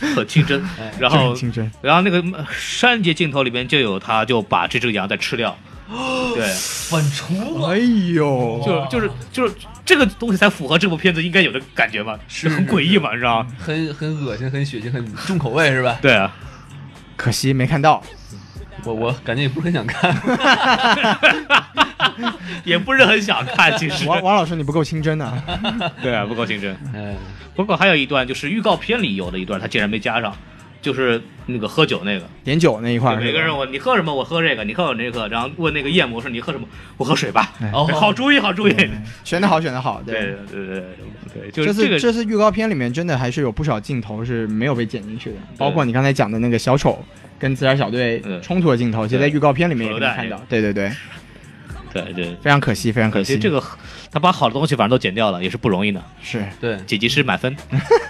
哎很清真。然后青春然后那个呃删节镜头里面就有他就把这只羊再吃掉，哦对， [LAUGHS] 反刍啊哎，呦，就就是就是这个东西才符合这部片子应该有的感觉嘛，是很诡异嘛，你知道吗？很很恶心，很血腥，很重口味是吧？对啊，可惜没看到。我我感觉也不是很想看， [LAUGHS] 也不是很想看，其 [LAUGHS] 实。王王老师，你不够清真啊！ [LAUGHS] 对啊，不够清真。 [LAUGHS] 哎，不过还有一段就是预告片里有的一段，他竟然没加上，就是那个喝酒那个，点酒那一块就儿是吧，每个人我你喝什么我喝这个，你喝我这个，然后问那个夜魔说你喝什么，我喝水吧。哎哦，好注意，好注意。对选的好，选的好，对。对对对，对就这是次个这次预告片里面真的还是有不少镜头是没有被剪进去的，包括你刚才讲的那个小丑跟自杀小队嗯冲突的镜头，其实在对预告片里面也手可榴以弹看到。对对对，对对。非常可惜，非常可其惜。实这个他把好的东西反正都剪掉了，也是不容易的。是对，剪辑师满分，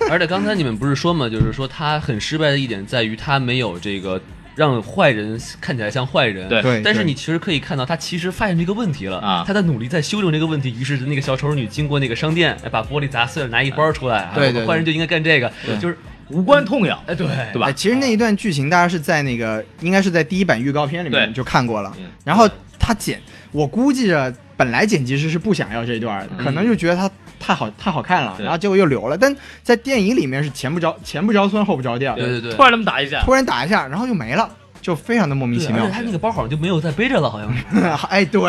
而且刚才你们不是说嘛，就是说他很失败的一点在于他没有这个让坏人看起来像坏人。对对但是对你其实可以看到，他其实发现这个问题了啊他在努力在修正这个问题。于是那个小丑女经过那个商店，哎把玻璃砸碎了，拿一包出来，啊我对们对对坏人就应该干这个，对就是无关痛痒。哎，对对吧哎其实那一段剧情大家是在那个应该是在第一版预告片里面对就看过了嗯，然后他剪，我估计着本来剪辑师是不想要这一段的，可能就觉得他太好太好看了，嗯对然后结果又留了。但在电影里面是前不着前不着村后不着店，对对对，突然那么打一下，突然打一下，然后就没了，就非常的莫名对其而妙且。他那个包好像就没有再背着了，好像是， [LAUGHS] 哎，对，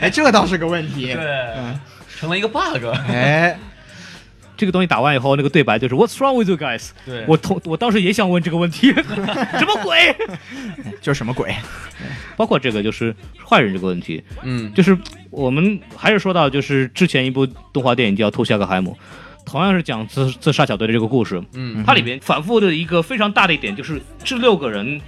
哎，这倒是个问题。对嗯，成了一个 bug。哎，这个东西打完以后，那个对白就是 What's wrong with you guys？对我同我当时也想问这个问 [LAUGHS] 题，什么鬼？就是什么鬼？包括这个就是坏人这个问题，嗯，就是我们还是说到就是之前一部动画电影叫《偷夏克海姆》，同样是讲自自杀小队的这个故事，嗯，它里边反复的一个非常大的一点就是这六个人。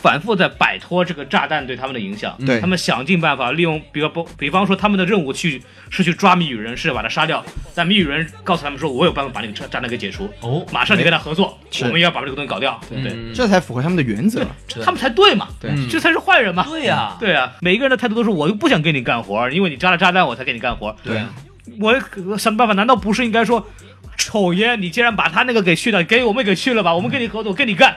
反复在摆脱这个炸弹对他们的影响，对他们想尽办法利用，比方比方说他们的任务去是去抓谜语人，是把他杀掉，但谜语人告诉他们说，我有办法把那个炸炸弹给解除，哦，马上就跟他合作，是我们要把这个东西搞掉，对对，嗯这才符合他们的原则。对他们才对嘛，对嗯这才是坏人嘛，对呀，对啊，每个人的态度都是我又不想跟你干活儿，因为你扎了炸弹我才给你干活儿。对啊，我我想办法，难道不是应该说，丑爷，你既然把他那个给去了，给我们给去了吧，我们跟你合作，跟你干，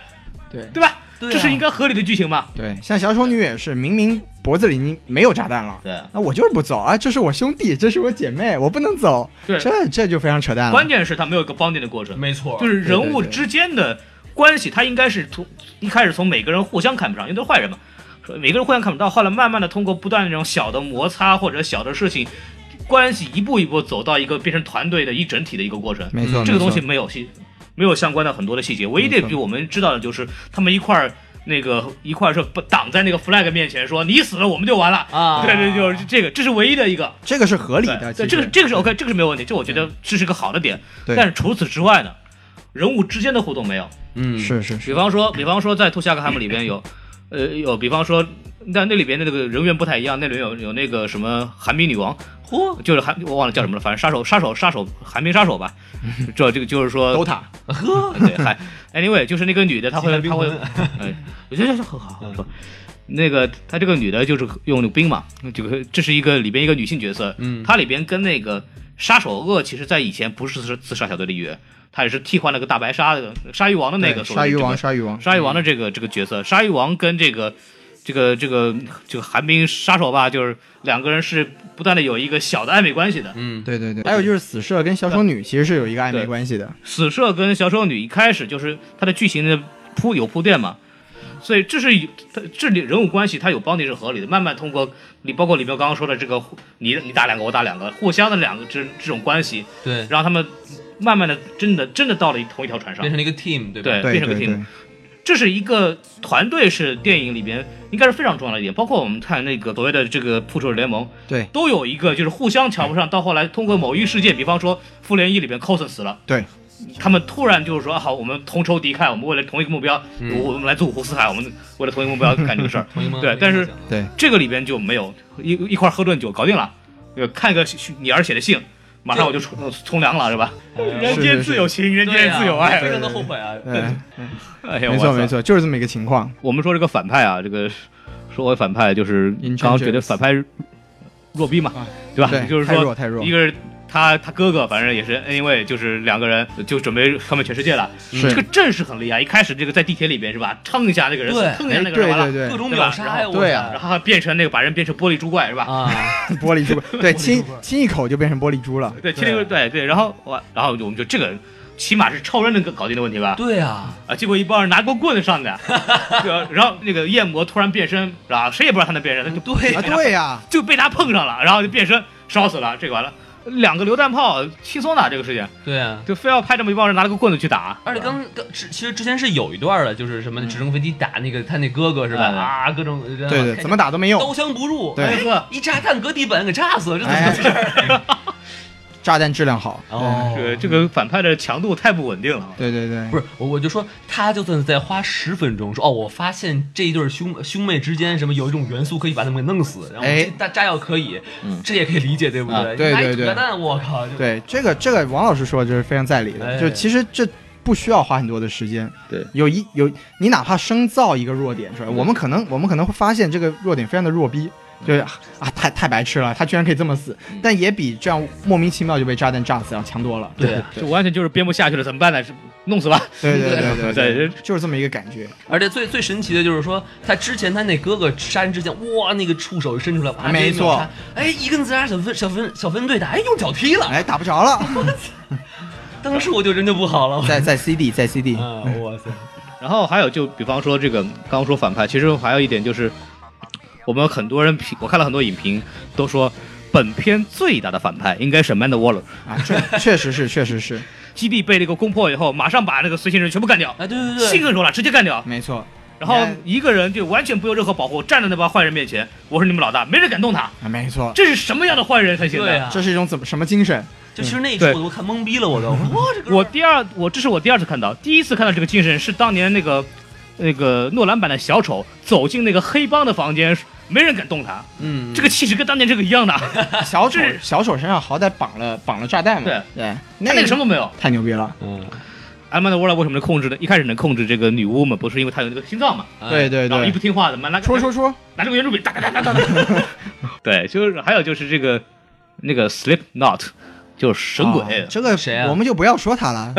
对对吧？嗯对啊这是应该合理的剧情吧？对，像小丑女也是，明明脖子里已经没有炸弹了，对那我就是不走啊，这是我兄弟，这是我姐妹，我不能走，对这这就非常扯淡啊了。关键是他没有一个帮定的过程，没错，就是人对物对对之间的关系，他应该是从一开始从每个人互相看不上，因为都是坏人嘛，说每个人互相看不到，后来慢慢的通过不断的这种小的摩擦或者小的事情，关系一步一步走到一个变成团队的一整体的一个过程。没错，嗯这个东西嗯没错没有细，没有相关的很多的细节，唯一的没错比我们知道的就是他们一块儿。那个一块儿是挡在那个 flag 面前说你死了我们就完了啊对对，就是这个，这是唯一的一个，这个是合理的，对，对这个这个是 OK，这个是没有问题，这我觉得这是个好的点。对但是除此之外呢，人物之间的互动没有。嗯，是是是，比方说，比方说在《兔夏克汉姆》里边有，呃，有比方说，那那里边的那个人员不太一样，那里面有有那个什么寒冰女王，嚯，就是寒我忘了叫什么了，反正杀手杀手杀手寒冰杀手吧，嗯这这个就是说都 [LAUGHS] 塔对，嗨，anyway，就是那个女的，她西会，她南会冰，哎，我觉得很好嗯好说。那个她这个女的就是用那个冰嘛，这个这是一个里边一个女性角色，嗯她里边跟那个杀手鳄，其实在以前不是自自杀小队的一员，她也是替换了个大白鲨的鲨鱼王的那个对所鲨谓鱼这个王，鲨鱼王，鲨鱼王的这个这个角色，鲨鱼王跟这个这个这个这个寒冰杀手吧，就是两个人是不断的有一个小的暧昧关系的，嗯，对对对，还有就是死射跟小丑女其实是有一个暧昧关系的，死射跟小丑女一开始就是它的剧情的铺有铺垫嘛，所以这是有它这里人物关系它有帮你是合理的，慢慢通过你包括里面刚刚说的这个你你打两个我打两个，互相的两个这这种关系，对，让他们慢慢的真的真的到了一同一条船上变，成了一个 team，对吧？对，对变成对个 team，对，这是一个团队是电影里边应该是非常重要的一点，包括我们看那个所谓的这个复仇者联盟，对都有一个就是互相瞧不上，到后来通过某一事件，比方说复联一里边 cos 死了，对，他们突然就是说啊好，我们同仇敌忾，我们为了同一个目标，嗯，我我们来自五湖四海，我们为了同一个目标干这个 [LAUGHS] 事儿同意吗？对同意但是吗对这个里边就没有一一块儿喝顿酒搞定了，呃看个你儿写的信，马上我就冲冲凉了是吧？人是间是自有情，人对间呀自有爱，非常的后悔啊，对，哎呀，没我错操呃没错，就是这么一个情况。我们说这个反派啊，这个说回反派，就是刚 Injustice 哎刚觉得反派弱逼嘛，对吧？对，就是太弱说，太弱一，个是他他哥哥，反正也是 anyway，就是两个人就准备消灭全世界了。是这个阵势很厉害，一开始这个在地铁里边是吧，蹭一下那个人，对蹭一下哎那对个人完对了，对 [LAUGHS] 各，种秒杀呀，对吧我对啊操然后变成那个把人变成玻璃珠怪是吧？啊，玻璃珠，对，亲亲一口就变成玻璃珠了，对，其实对对对，然后我然后我们就这个。起码是超人能搞定的问题吧？对啊，啊，结果一帮人拿过棍 [LAUGHS] 子上的，啊对然后那个夜魔突然变身，是吧？谁也不知道他能变身，他就对啊，对呀、 [LAUGHS] 就被他碰上了，然后就变身烧死了，这个完了。两个榴弹炮轻松的这个事情，对啊。就非要派这么一帮人拿了个棍子去打，而且刚刚之其实之前是有一段的，就是什么直升飞机打那个他那哥哥是吧？嗯啊，各种对对，怎么打都没刀用，枪不入，对哎呵一炸弹搁地板给炸死了，这怎么哎 [LAUGHS] 回事儿？炸弹质量好。哦这个这个反派的强度太不稳定了。对对对不，是，我我就说，他就算再花十分钟，说哦，我发现这一对兄兄妹之间什么有一种元素可以把他们给弄死，然后哎嗯这炸炸药可以，这也可以理解，对不啊对？对拿一对对炸弹，我靠，就，对，这个这个王老师说的就是非常在理哎的，就其实这不需要花很多的时间。对，有一有你哪怕生造一个弱点出来，我们可能我们可能会发现这个弱点非常的弱逼，嗯就是啊，太太白痴了，他居然可以这么死，但也比这样莫名其妙就被炸弹炸死要强多了。对啊就完全就是编不下去了，怎么办呢？是弄死吧。对对对 [LAUGHS] 对对人就是这么一个感觉，而且最最神奇的就是说，他之前他那哥哥杀人之前，哇，那个触手伸出来，哇，没这一秒错杀，哎，一根自杀小分小分小分队打，哎，用脚踢了，哎，打不 [LAUGHS] 着了，当时我就人就不好了，我在在 CD 在 CD，啊，哇塞，然后还有就比方说这个，刚刚说反派，其实还有一点就是，我们很多人评，我看了很多影评都说，本片最大的反派应该是 Amanda Waller，啊，确确实是确实是，基地被那个攻破以后，马上把那个随行人全部干掉，哎，对对信对，任手了，直接干掉，没错，然后一个人就完全不用任何保护，站在那帮坏人面前，我是你们老大，没人敢动他，啊，没错，这是什么样的坏人才行对的？啊，这是一种怎么什么精 [LAUGHS] 神？就其实那一对场我都看懵逼了，我都，我说哇，这哥我们儿第二，我这是我第二次看到，第一次看到这个精神是当年那个，那个诺兰版的小丑走进那个黑帮的房间，没人敢动他，嗯，这个气质跟当年这个一样的，小丑这小丑身上好歹绑了绑了炸弹嘛，对对，他那那个什么都没有。太牛逼了，嗯，阿曼达沃拉为什么能控制呢？一开始能控制这个女巫嘛，不是因为她有那个心脏嘛，哎对对然后一对不，听话的嘛，拿说说说，拿这个圆珠笔哒哒哒哒哒哒。 [LAUGHS] 对，就是还有就是这个那个 Sleep Not，就是神鬼哦，这个谁啊我们就不要说他 [LAUGHS] 了，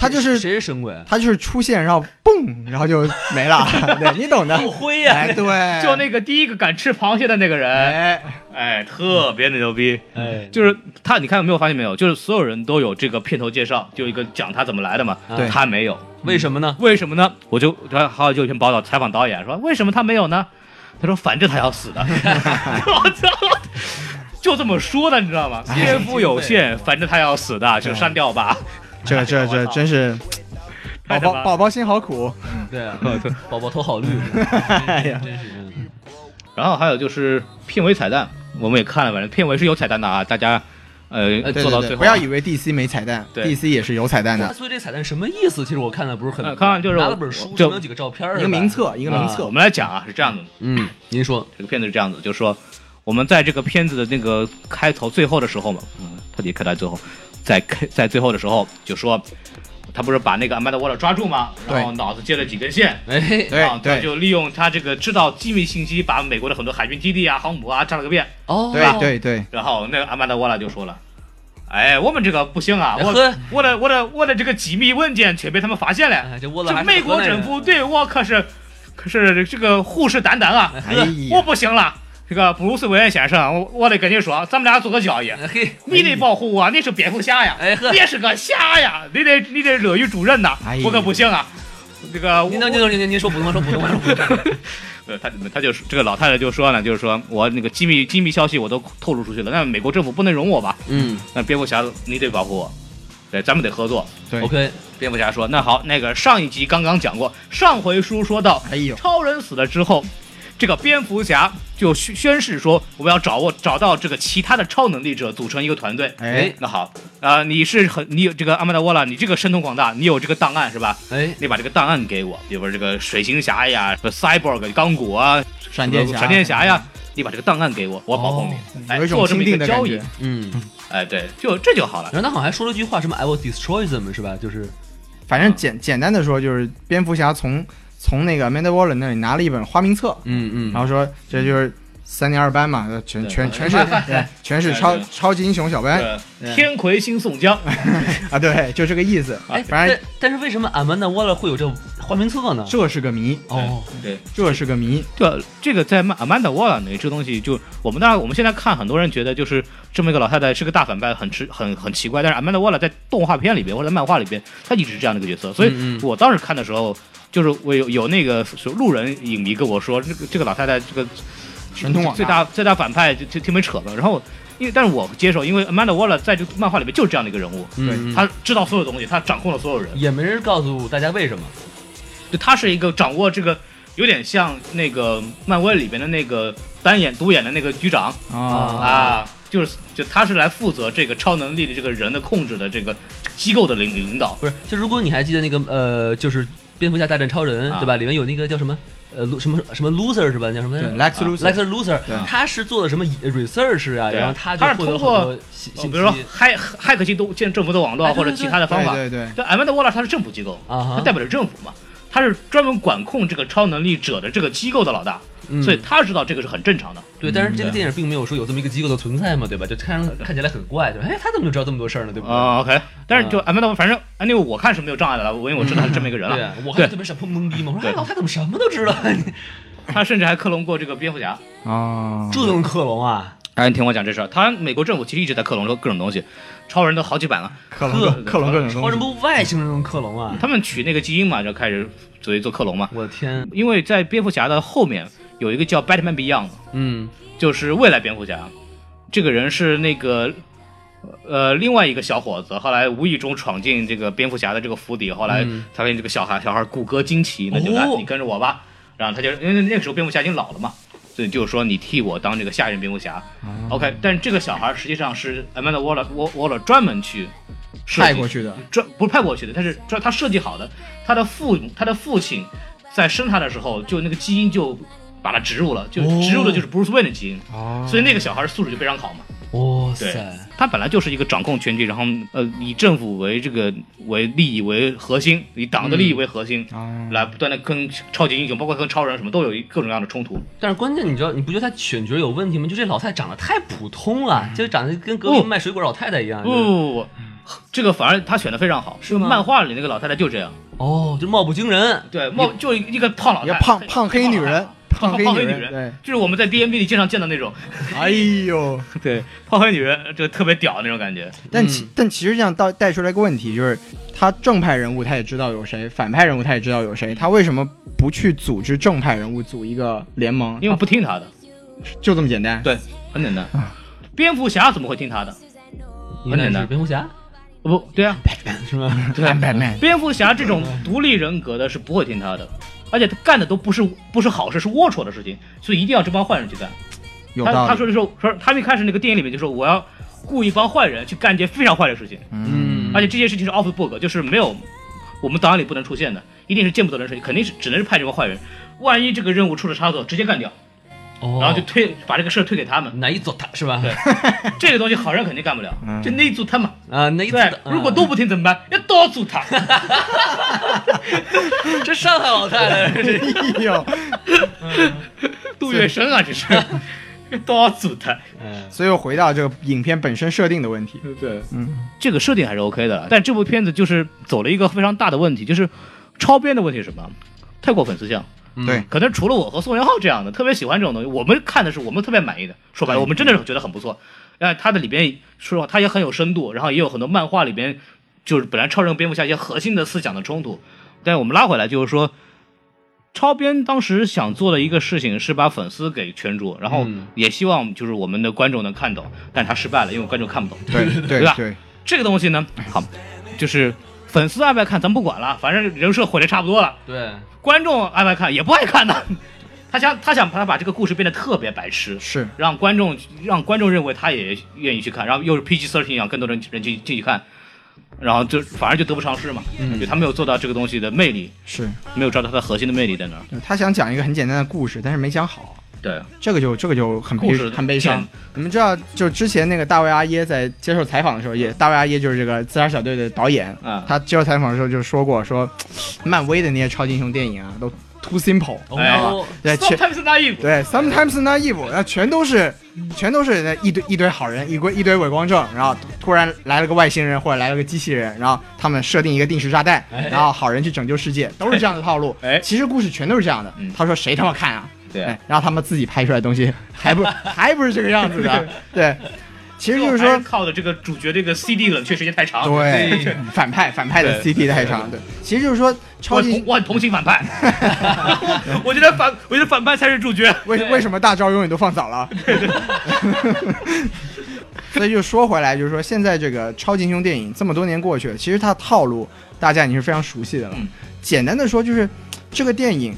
他就是谁是神鬼？他就是出现，然后嘣，然后就没 [LAUGHS] 了，对你懂的。不灰呀哎，，对，就那个第一个敢吃螃蟹的那个人，哎，哎，特别的牛逼。哎，就是他，你看没有发现没有？就是所有人都有这个片头介绍，就一个讲他怎么来的嘛，对他没有。为什么呢？为什么呢？我就他好久以前报道采访导演说，为什么他没有呢？他说反正他要死 [LAUGHS] 的，我操，就这么说的，你知道吗？哎篇幅有限，反正他要死的，就删掉吧。哎这这这真是宝太他宝妈宝宝心好苦，对啊，宝宝头好绿，哎真是嗯然后还有就是片尾彩蛋，我们也看了，反正片尾是有彩蛋的啊，大家呃呃对做到对对最后不要以为 DC 没彩蛋对，DC 也是有彩蛋哇的，所以这彩蛋什么意思？其实我看的不是很呃明白，看完就是拿我了本书，我上面有几个照片儿，一是个吧名，册，一个名册我。们来讲啊，是这样的，嗯，您说，这个片子是这样子，就是说我们在这个片子的那个开头最后的时候嘛，嗯，特别开头最后，在开在最后的时候就说，他不是把那个 Amanda Waller 抓住吗？对然后脑子接了几根线。哎，对然后他对就利用他这个知道机密信息，把美国的很多海军基地啊、航母啊炸了个遍。哦，对对对，然后那个阿曼达·沃拉就说了：“哎，我们这个不行啊，我呵我的我的我的这个机密文件全被他们发现了。哎，这窝子这还是美国政府对我可是可是这个虎视眈眈啊！河南人，哎哎呵我呀，不行了，这个布鲁斯·韦恩先生，我我得跟你说，咱们俩做个交易，哎嘿，你得保护我，你是蝙蝠侠呀，哎呵你也是个侠呀，你得你得乐于助人呐哎，呀我可不行啊。”这个我您等您等您您说普通话，说普通话，说普通话，呃，他他就是这个老太太就说呢，就是说我那个机密机密消息我都透露出去了，那美国政府不能容我吧？嗯那蝙蝠侠你得保护我，对，咱们得合作。对，OK，蝙蝠侠说：“那好，那个上一集刚刚讲过，上回书说到哎呦，超人死了之后，这个蝙蝠侠就宣宣誓说，我们要掌握找到这个其他的超能力者，组成一个团队。哎，那好，啊、你是很你有这个阿曼达沃拉，你这个神通广大，你有这个档案是吧？哎，你把这个档案给我，比如说这个水行侠呀、cyborg 钢骨啊、闪电侠，哦闪电侠呀，你把这个档案给我，我保护你。哎，有一种做这钦么一定的个交感易觉，，嗯，哎，对，就这就好了。然后他好像还说了一句话，什么 I will destroy them，是吧？就是反正简简单的说，就是蝙蝠侠从从那个 Amanda Waller 那里拿了一本花名册，嗯然后说这就是三年二班嘛，全对全全 [LAUGHS] 是对全是对超对超级英雄小班对，呃天魁星啊宋江，啊，对，就这个意思。哎，反正但但是为什么 Amanda Waller 会有这花名册呢？这是个谜，哦，对，这是个谜。这这个在曼阿曼达沃尔那这东西就，我们当然我们现在看，很多人觉得就是这么一个老太太是个大反派，很吃很很奇怪。但是阿曼达沃尔在动画片里边或者在漫画里边，她一直是这样的一个角色，所嗯以嗯我当时看的时候，就是我有有那个路人影迷跟我说，这个这个老太太这个神通广大啊最大最大反派就就挺没扯的。然后因为但是我接受，因为阿曼达沃尔在这个漫画里面就是这样的一个人物，嗯，他知道所有东西，他掌控了所有人。也没人告诉大家为什么。就他是一个掌握这个，有点像那个漫威里边的那个单眼独眼的那个局长啊啊，就是就他是来负责这个超能力的这个人的控制的这个机构的领领导。不是，就如果你还记得那个呃，就是蝙蝠侠大战超人，啊对吧？里面有那个叫什么呃，lu- 什么什么 loser 是吧？叫什么对，Lex 啊 Luthor， Lex Luthor，对他是做的什么 research 啊？对啊然后他就他是获得通过很多信哦信比如说息骇骇客进都建政府的网络啊哎对或者对其他的方法。对对对，就 a m a n d a w a l l 他是政府机构，啊他哈代表着政府嘛，他是专门管控这个超能力者的这个机构的老大。嗯所以他知道这个是很正常的。对，但是这个嗯电影并没有说有这么一个机构的存在嘛，对吧？就看上看起来很怪，就是哎，他怎么就知道这么多事儿呢？对不对？啊、o k 但是就安排到反正安利我看是没有障碍的了，我因为我知道他是这么一个人对了。啊，我还对特别想碰懵逼嘛，我说对嗯哎，老太怎么什么都知道？哎 [LAUGHS] 他甚至还克隆过这个蝙蝠侠。啊，这能克隆啊？哎，你听我讲这事儿，他美国政府其实一直在克隆各种东西，超人都好几版了。克隆各克隆各种超东人西，不外星人能克隆啊？他们取那个基因嘛，就开始所谓做克隆嘛。我的天，因为在蝙蝠侠的后面有一个叫 Batman Beyond，嗯就是未来蝙蝠侠，这个人是那个。呃，另外一个小伙子后来无意中闯进这个蝙蝠侠的这个府邸，后来嗯他跟这个小孩小孩骨骼惊奇，那就哦来、你跟着我吧。然后他就因为那个时候蝙蝠侠已经老了嘛，所以就是说你替我当这个下一任蝙蝠侠。OK，但哦这个小孩实际上是 Amanda Waller Wa- Waller 专门去设计派过去的专不是派过去的，他是专他设计好的。他的父他的父亲在生他的时候，就那个基因就把他植入了，就哦植入的就是 Bruce Wayne 的基因，哦所以那个小孩素质就非常好嘛。哇对塞，他本来就是一个掌控全局，然后呃以政府为这个为利益为核心，以党的利益嗯为核心，啊，来不断的跟超级英雄，包括跟超人什么都有一各种各样的冲突。但是关键你知道，你不觉得他选角有问题吗？就这老太长得太普通了，就长得跟隔壁不卖水果老太太一样。不就是不不不，这个反而他选的非常好，嗯是吗漫画里那个老太太就这样，哦，就貌不惊人。对，冒就一个胖老一太个太，胖胖黑女人，胖黑黑女女对，就是我们在 DMB 里经常见到那 [LAUGHS] 种，哎呦，对，胖黑女人就特别屌那种感觉。但其但其实这样到带出来一个问题，就是他正派人物他也知道有谁，反派人物他也知道有谁，他为什么不去组织正派人物组一个联盟？因为不听他的，就这么简单。对，很简单。啊蝙蝠侠怎么会听他的？原来很简是单蝙蝠侠哦不对啊，是吗？对，Batman，蝙蝠侠这种独立人格的是不会听他的，而且他干的都不是不是好事，是龌龊的事情，所以一定要这帮坏人去干。有他道理。他说的时候，说他们一开始那个电影里面就说我要雇一帮坏人去干一件非常坏的事情，嗯，而且这件事情是 off the book，就是没有我们档案里不能出现的，一定是见不得人事，肯定是只能是派这帮坏人。万一这个任务出了差错，直接干掉，哦，然后就推把这个事儿推给他们。哪一座塔是吧？对这个东西好人肯定干不了，就那一组他嘛。啊，哪一座对塔？，如果都不听怎么办？要多组他。这上海老太 [LAUGHS] 太这 [LAUGHS] 哎呦，杜月笙啊，这是多组他。嗯所以又回到这个影片本身设定的问题。对，嗯，这个设定还是 OK 的，但这部片子就是走了一个非常大的问题，就是超编的问题是什么？太过粉丝向。对，可能除了我和宋元浩这样的特别喜欢这种东西，我们看的是我们特别满意的。说白了，我们真的是觉得很不错。呃，它的里边说实话，它也很有深度，然后也有很多漫画里边就是本来超人蝙蝠侠一些核心的思想的冲突。但我们拉回来就是说，超编当时想做的一个事情是把粉丝给圈住，然后嗯也希望就是我们的观众能看懂，但他失败了，因为观众看不懂。对对吧对，这个东西呢，好，就是粉丝爱不爱看咱不管了，反正人设毁的差不多了。对，观众爱不爱看也不爱看的， [LAUGHS] 他想他想把他把这个故事变得特别白痴，是让观众让观众认为他也愿意去看，然后又是 PG thirteen 一样，更多人人去进去看，然后就反而就得不偿失嘛，嗯就他没有做到这个东西的魅力，是，没有抓到它的核心的魅力在哪儿，他想讲一个很简单的故事，但是没讲好。对，这个就这个就很故悲事很悲伤。你们知道，就之前那个大卫阿耶在接受采访的时候，也大卫阿耶就是这个《自杀小队》的导演，啊他接受采访的时候就说过，说漫威的那些超级英雄电影啊，都 too simple，哎哦，对，全，sometimes naive，对，sometimes not evil，那全都是全都是那一堆一堆好人，一堆一堆伪光正，然后突然来了个外星人或者来了个机器人，然后他们设定一个定时炸弹，然后好人去拯救世界，都是这样的套路。哎其实故事全都是这样的嗯。他说谁他妈看啊？对哎，然后他们自己拍出来的东西还 [LAUGHS] 不还不是这个样子的。啊对，其实就是还说。哎靠的这个主角这个 CD 冷却时间太长，对，反派反派的 CP 太长，对，其实就是说我超很同级我很同情 [LAUGHS] 反派， [LAUGHS] 我觉得反我觉得反派才是主角， [LAUGHS] 为为什么大招永远都放早了？所以就说回来，就是说现在这个超级英雄电影这么多年过去了，其实它的套路大家已经是非常熟悉的了。嗯简单的说，就是这个电影，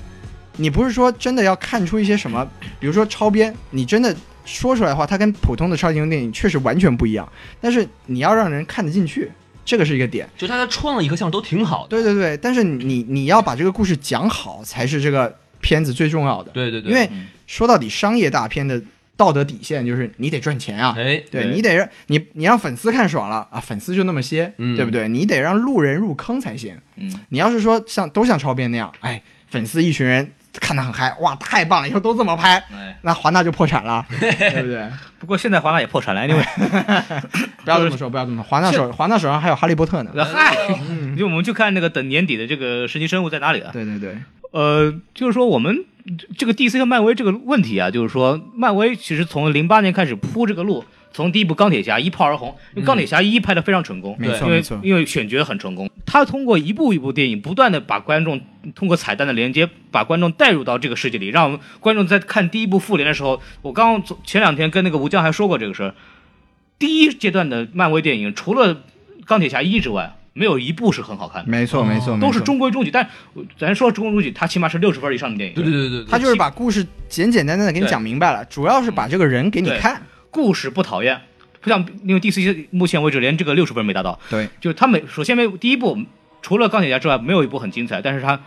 你不是说真的要看出一些什么，比如说超编，你真的说出来的话，它跟普通的超级英雄电影确实完全不一样。但是你要让人看得进去，这个是一个点。就大家创了以后像都挺好的。对对对，但是你你要把这个故事讲好，才是这个片子最重要的。对对对，因为嗯说到底，商业大片的道德底线就是你得赚钱啊，哎，对对你得让你你让粉丝看爽了啊，粉丝就那么些，嗯对不对？你得让路人入坑才行。嗯，你要是说像都像超编那样，哎，粉丝一群人看他很嗨，哇，太棒了，以后都这么拍，哎，那华纳就破产 [LAUGHS] 了，对不对？不过现在华纳也破产了，因为不要这么说，不要这么说，华纳手华纳手上还有哈利波 [LAUGHS] 特呢。嗨，就我们就看那个等年底的这个神奇生物在哪里啊？对对对，呃，就是说我们这个 DC 和漫威这个问题啊，就是说漫威其实从零八年开始铺这个路，从第一部钢铁侠一炮而红，因为钢铁侠一拍的非常成功，嗯没错因为没错因为选角很成功，他通过一部一部电影不断的把观众通过彩蛋的连接，把观众带入到这个世界里，让观众在看第一部复联的时候，我刚刚昨前两天跟那个吴江还说过这个事儿，第一阶段的漫威电影除了钢铁侠一之外，没有一部是很好看的。没错没错，哦都没是错。中规中矩，但我咱说中规中矩，它起码是六十分以上的电影。对对对对，对他就是把故事简简单单的给你对讲明白了，主要是把这个人给你对看。故事不讨厌，不像因为 DC 目前为止连这个六十分没达到，对，就是他每首先没有第一部除了钢铁侠之外没有一部很精彩，但是他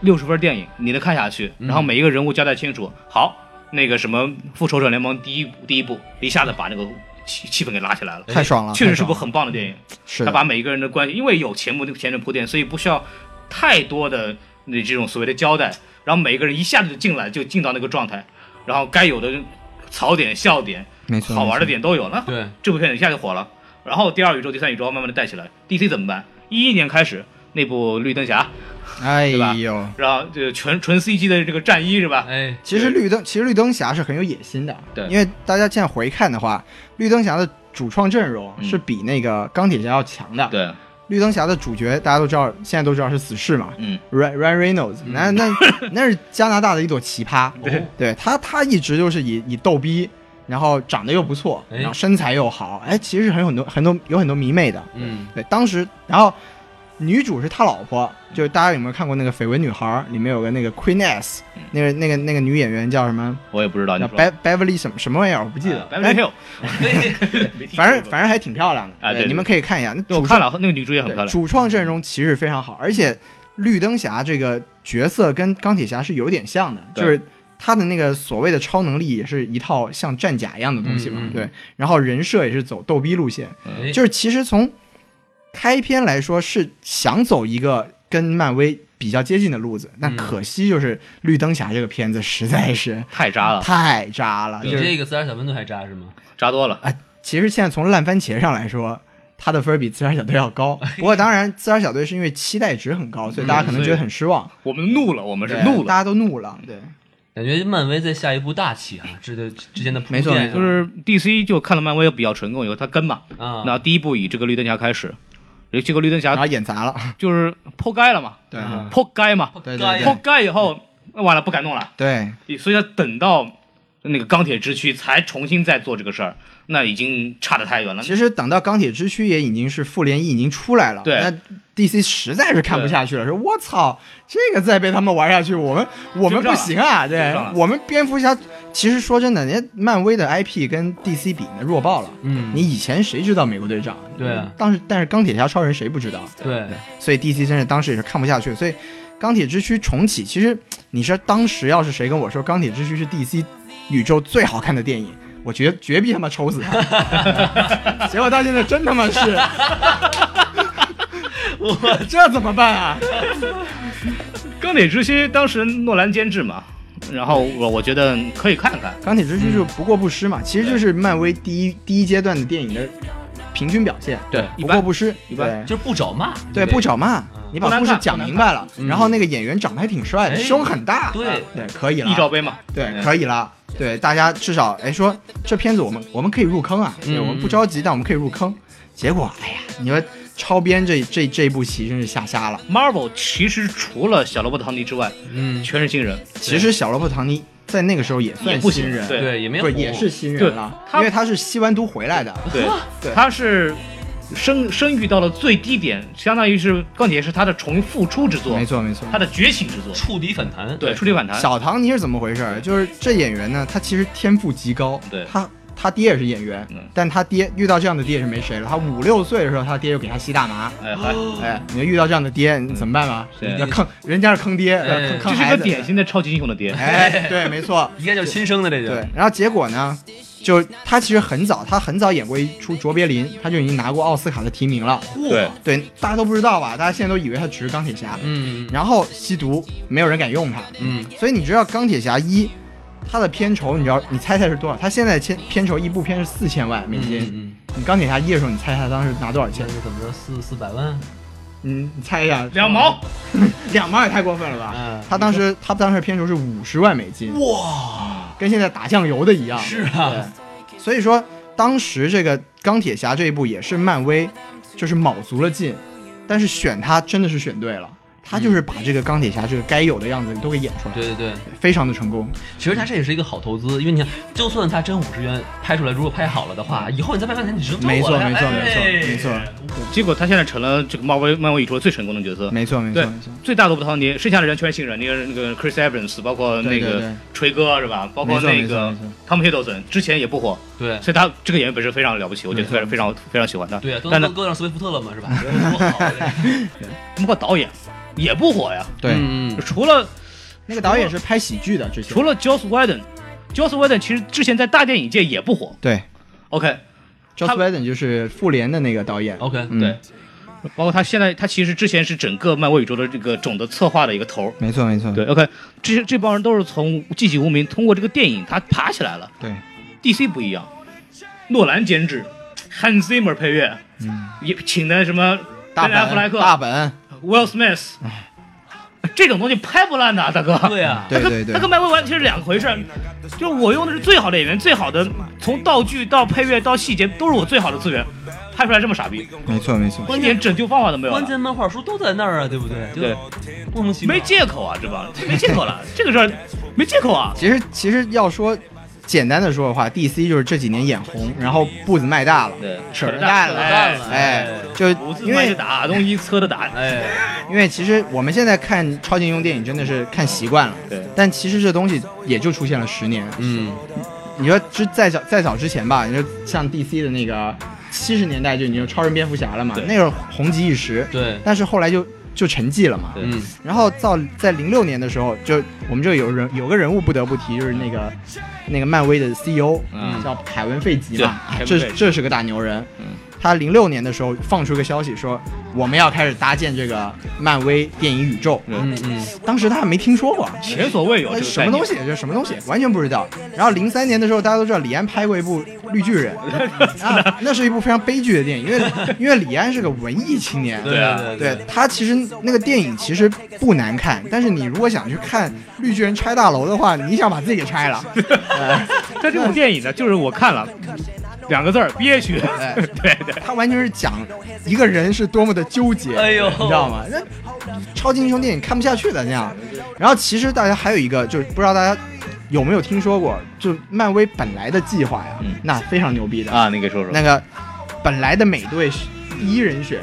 六十分电影你能看下去，然后每一个人物交代清楚，好，那个什么复仇者联盟第一第一部一下子把那个气气氛给拉起来了。哎太爽了，哎确实是部不很棒的电影，是他的把每一个人的关系，因为有前幕前人铺垫，所以不需要太多的那这种所谓的交代，然后每一个人一下子就进来，就进到那个状态，然后该有的槽点、笑点、没错，好玩的没点都有了，对这部片子一下就火了。然后第二宇宙、第三宇宙慢慢的带起来，DC 怎么办？一一年开始那部绿灯侠，错。哎吧呦，然后就全纯 CG 的这个战衣是吧？哎，其实绿灯其实绿灯侠是很有野心的，对因为大家现在回看的话，绿灯侠的主创阵容是比那个钢铁侠要强的。嗯对，绿灯侠的主角大家都知道，现在都知道是死侍嘛，嗯，Ryan Ryan Reynolds，那 [LAUGHS] 那那是加拿大的一朵奇葩，对对他他一直就是以以逗逼，然后长得又不错，哎然后身材又好，哎，其实很有很多很多有很多迷妹的，嗯，对，当时然后女主是他老婆，就是大家有没有看过那个《绯闻女孩》？里面有个那个 Queen S，那个那个那个女演员叫什么？我也不知嗯啊道你叫说啊 Be Beverly 什么什么玩意儿？我不记得。白白哎票， [LAUGHS] 反 [LAUGHS] 正反正还挺漂亮的。啊对对你们可以看一下。那对我主看了那个女主也很对漂亮，主创阵容其实非常好，而且绿灯侠这个角色跟钢铁侠是有点像的，对就是他的那个所谓的超能力也是一套像战甲一样的东西嘛，嗯嗯对。然后人设也是走逗逼路线，哎嗯就是其实从开篇来说是想走一个跟漫威比较接近的路子，但可惜就是绿灯侠这个片子实在是太渣了，太渣了，比就是这个自杀小分队还渣是吗？渣多啊了。其实现在从烂番茄上来说，它的分儿比自杀小队要高。不过当然，自杀小队是因为期待值很高，所以大家可能觉得很失望，我们怒了，我们是对怒大家了。都怒了。对，感觉漫威在下一步大棋啊，这的之间的铺没错垫啊嗯就是 DC 就看了漫威比较成功以后，他跟嘛，啊，那第一部以这个绿灯侠开始，这这个绿灯然后侠演砸了。就是破街了嘛，啊对啊破街嘛，对对该对呀破街以后，那完了不敢弄了，对，所以要等到那个钢铁之躯才重新再做这个事儿，那已经差得太远了。其实等到钢铁之躯也已经是复联一已经出来了，对那 DC 实在是看不下去了，说我操，这个再被他们玩下去，我们我们追不上不了行啊！对不上了，我们蝙蝠侠，其实说真的，人家漫威的 IP 跟 DC 比，那弱爆了。嗯你以前谁知道美国队长？对啊当时但是钢铁侠、超人谁不知道？对所以 DC 真是当时也是看不下去，所以钢铁之躯重启，其实你说当时要是谁跟我说钢铁之躯是 DC 宇宙最好看的电影，我绝绝逼他妈抽死他。 [LAUGHS] 结果到现在真他妈是，我这怎么办啊？钢铁之躯当时诺兰监制嘛，然后我我觉得可以看看，钢铁之躯就不过不失嘛，其实就是漫威第一第一阶段的电影的平均表现，对，一不过般不失，一般对就是不找骂，对，不找骂，你不把难故事看讲不难明白了，嗯然后那个演员长得还挺帅的，哎胸很大，啊对对，可以了，一罩杯嘛，对，可以了。对，大家至少哎说这片子我们我们可以入坑啊，对，嗯我们不着急，但我们可以入坑。结果哎呀，你说超编这这这一步棋真是下瞎了。 Marvel 其实除了小罗伯特·唐尼之外，嗯，全是新人，其实小罗伯特唐尼在那个时候也也算不新行人，，对对，也没不有是也是新人了对，他因为他是吸完毒回来的。 [LAUGHS] 对对，他是生生育到了最低点，相当于是钢铁是他的重复出之作，没，错没错。他的觉醒之作，触底反弹，对，触底反弹，小唐尼是怎么回事儿？就是这演员呢，他其实天赋极高，对他。他爹也是演员嗯，但他爹遇到这样的爹也是没谁了。他五六岁的时候，他爹就给他吸大麻，哎，还哎，你遇到这样的爹，你怎么办吧？对要坑，人家是坑爹，哎要坑这坑是孩个子。典型的超级英雄的爹，哎，对，没错，应该就是亲生的这就对。然后结果呢？就他其实很早，他很早演过一出《卓别林》，他就已经拿过奥斯卡的提名了。对，对，大家都不知道吧？大家现在都以为他只是钢铁侠。嗯然后吸毒，没有人敢用他。嗯，所以你知道钢铁侠一，他的片酬，你知道你猜猜是多少？他现在片片酬一部片是四千万美金。嗯你钢铁侠一的时候，你猜他当时拿多少现？钱在是怎么着？四四百万？嗯，你猜一下，两毛，两毛也太过分了吧？嗯啊他当时他当时片酬是五十万美金，哇，跟现在打酱油的一样。是啊，所以说当时这个钢铁侠这一部也是漫威，就是卯足了劲，但是选他真的是选对了，他就是把这个钢铁侠这个该有的样子都给演出来，对对对。非常的成功。其实他这也是一个好投资，因为你看，就算他真五十元拍出来，如果拍好了的话，以后你再卖饭钱，你就能没赚错，我了没啊错，没错，哎没错，结果他现在成了这个漫威漫威宇宙最成功的角色。没错，没对错，没错。，最大萝卜头你剩下的人全是新人，那个那个 Chris Evans，包括那对对个对锤哥是吧？包括没错那没错个没错哎 Tom Hiddleston，之前也不火，对所以他这个演员本身非常了不起，我觉得没错非常非常非常喜欢他。对啊，都但能呢，够让斯威夫特了嘛，是吧？多好啊！这个包括导演也不火呀，对，嗯嗯除了那个导演是拍喜剧的，之前除了 Joss Whedon，Joss Whedon 其实之前在大电影界也不火。对 OK， ，Joss 他哦 Whedon 就是复联的那个导演。 ，OK，嗯对，包括他现在他其实之前是整个漫威宇宙的这个总的策划的一个头儿。没错，没错，对，OK，这些这帮人都是从寂寂无名通过这个电影他爬起来了。对 DC 不一样，诺兰监制，Hans Zimmer 配乐，也请的什么大阿弗莱本，克、大本， Will Smith，这种东西拍不烂的、大哥。对 [LAUGHS] 啊，对他跟对对他跟漫威完全是两回事儿。就是我用的是最好的演员，最好的从道具到配乐到细节都是我最好的资源，拍出来这么傻逼，没错，没错。一点拯救方法都没有关了，键漫画书都在那儿啊，对不对？就对，莫名其妙没借口啊，这帮没借口了，这个事儿没借口啊。其实其实要说简单的说的话，DC 就是这几年眼红，然后步子迈大了，对，扯 [LAUGHS] 扯着蛋了，哎了哎，就五字因麦就为打东一车的打，哎，因为其实我们现在看超级英雄电影真的是看习惯了，对但其实这东西也就出现了十年。嗯，你说之再早再早之前吧，你说像 DC 的那个七十年代就你就超人蝙蝠侠了嘛对，那个红极一时，对，但是后来就就沉寂了嘛。对嗯，然后到在零六年的时候，就我们这有人有个人物不得不提，就是那个那个漫威的 CEO，、嗯叫凯文·费吉对嘛，啊凯文这费是吉嗯这是个大牛人。他零六年的时候放出个消息说，我们要开始搭建这个漫威电影宇宙。嗯嗯，当时他还没听说过，前所未有，这那个什么东西？西？这什么东西？完全不知道。然后零三年的时候，大家都知道李安拍过一部《绿巨 [LAUGHS] 人》啊，那是一部非常悲剧的电影，因为因为李安是个文艺青年，对啊对对他其实那个电影其实不难看，但是你如果想去看《绿巨人拆大楼》的话，你想把自己给拆了。 [LAUGHS] 但这种电影呢，就是我看了两个字儿憋屈。 [LAUGHS] 对对，他完全是讲一个人是多么的纠结，哎呦你知道吗？那超级英雄电影看不下去的那样。然后其实大家还有一个，就是不知道大家有没有听说过，就漫威本来的计划呀，嗯那非常牛逼的。啊，你给说那个本来的美队是第一人选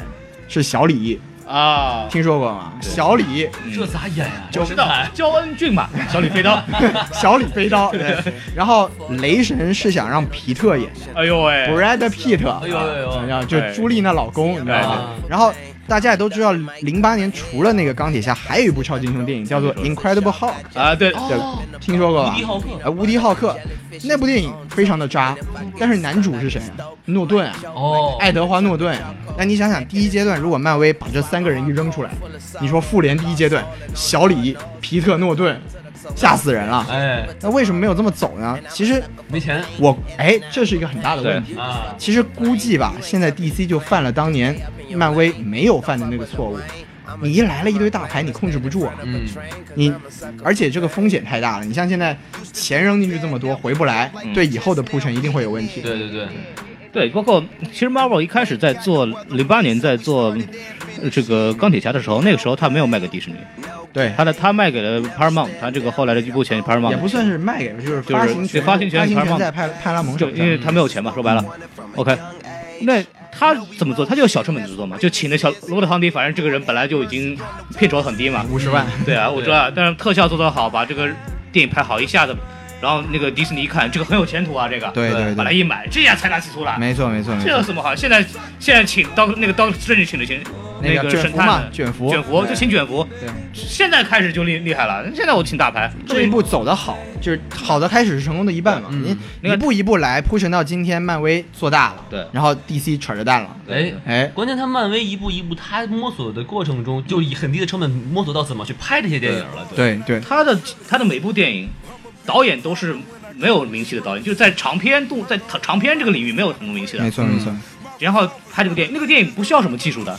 是小李，啊，听说过吗？小李，这咋演呀？我知道，焦恩俊嘛，小李飞 [LAUGHS] 刀。小李飞刀。对，然后雷神是想让皮特演的。哎呦喂， Brad Pitt，哎呦哎呦怎么样？就朱莉那老公，你知道吗哎？然后大家也都知道，零八年除了那个钢铁侠，还有一部超级英雄电影叫做《Incredible Hulk》，啊，对，哦，听说过吧？无敌浩克呃，无敌浩克那部电影非常的渣，但是男主是谁啊？诺顿啊，哦，爱德华诺顿啊。那你想想，第一阶段如果漫威把这三个人一扔出来，你说复联第一阶段，小李、皮特、诺顿，吓死人了。哎，那为什么没有这么走呢？其实没钱我，哎，这是一个很大的问题。啊，其实估计吧，现在 DC 就犯了当年漫威没有犯的那个错误。你一来了一堆大牌，你控制不住啊！嗯，你而且这个风险太大了。你像现在钱扔进去这么多，回不来，嗯对以后的铺陈一定会有问题。对对对，对，包括其实 Marvel 一开始在做零八年在做呃这个钢铁侠的时候，那个时候他没有卖给迪士尼，对，他的他卖给了 Paramount，他这个后来的一部钱 Paramount 也不算是卖给，就是是发行对权，发行权发行还是权放在派派拉蒙就手因为上。他没有钱嘛，说白了，OK，那他怎么做？他就小成本制作嘛，就请那小罗伯特·唐迪，反正这个人本来就已经片酬很低嘛，五十万，对啊，我知道，但是特效做得好，把这个电影拍好，一下子，然后那个迪士尼一看，这个很有前途啊，这个，对对把它对，嗯一买，这下财大气粗了。没错没错没这有错，什么好？现在现在请当那个当真正请的钱，嗯那个卷神福探嘛，的卷福，卷福对就请卷福，对，现在开始就厉厉害了，现在我请大牌，这一步走得好，就是好的开始是成功的一半嘛。嗯你一步一步来铺陈到今天，漫威做大了，对然后 DC 扯着蛋了，哎，哎，关键他漫威一步一步，他摸索的过程中，就以很低的成本摸索到怎么去拍这些电影了。对，对对他的他的每部电影导演都是没有名气的导演，就是在长篇动在长篇这个领域没有很多名气的没，错嗯没错，然后拍这个电影，那个电影不需要什么技术的。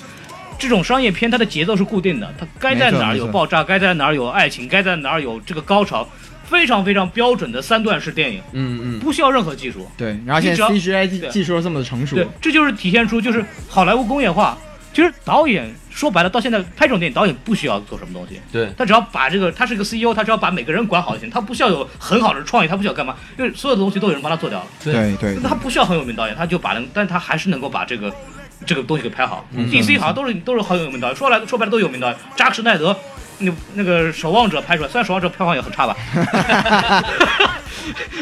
这种商业片，它的节奏是固定的，它该在哪儿没错有没错爆炸，该在哪儿有爱情，该在哪儿有这个高潮，非常非常标准的三段式电影，嗯嗯，不需要任何技术。对。然后现在你 CGI 技对技术又这么的成熟，对，这就是体现出就是好莱坞工业化。其实导演说白了，到现在拍这种电影，导演不需要做什么东西，对，他只要把这个，他是一个 CEO，他只要把每个人管好就行，他不需要有很好的创意，他不需要干嘛，因为所有的东西都有人帮他做掉了。对对那他不需要很有名导演，他就把人，但他还是能够把这个这个东西给拍好。嗯 DC 好像都是都是很有名导演，说来说白了都有名导演，扎克施耐德。那那个《守望者》拍出来，虽然《守望者》票房也很差吧，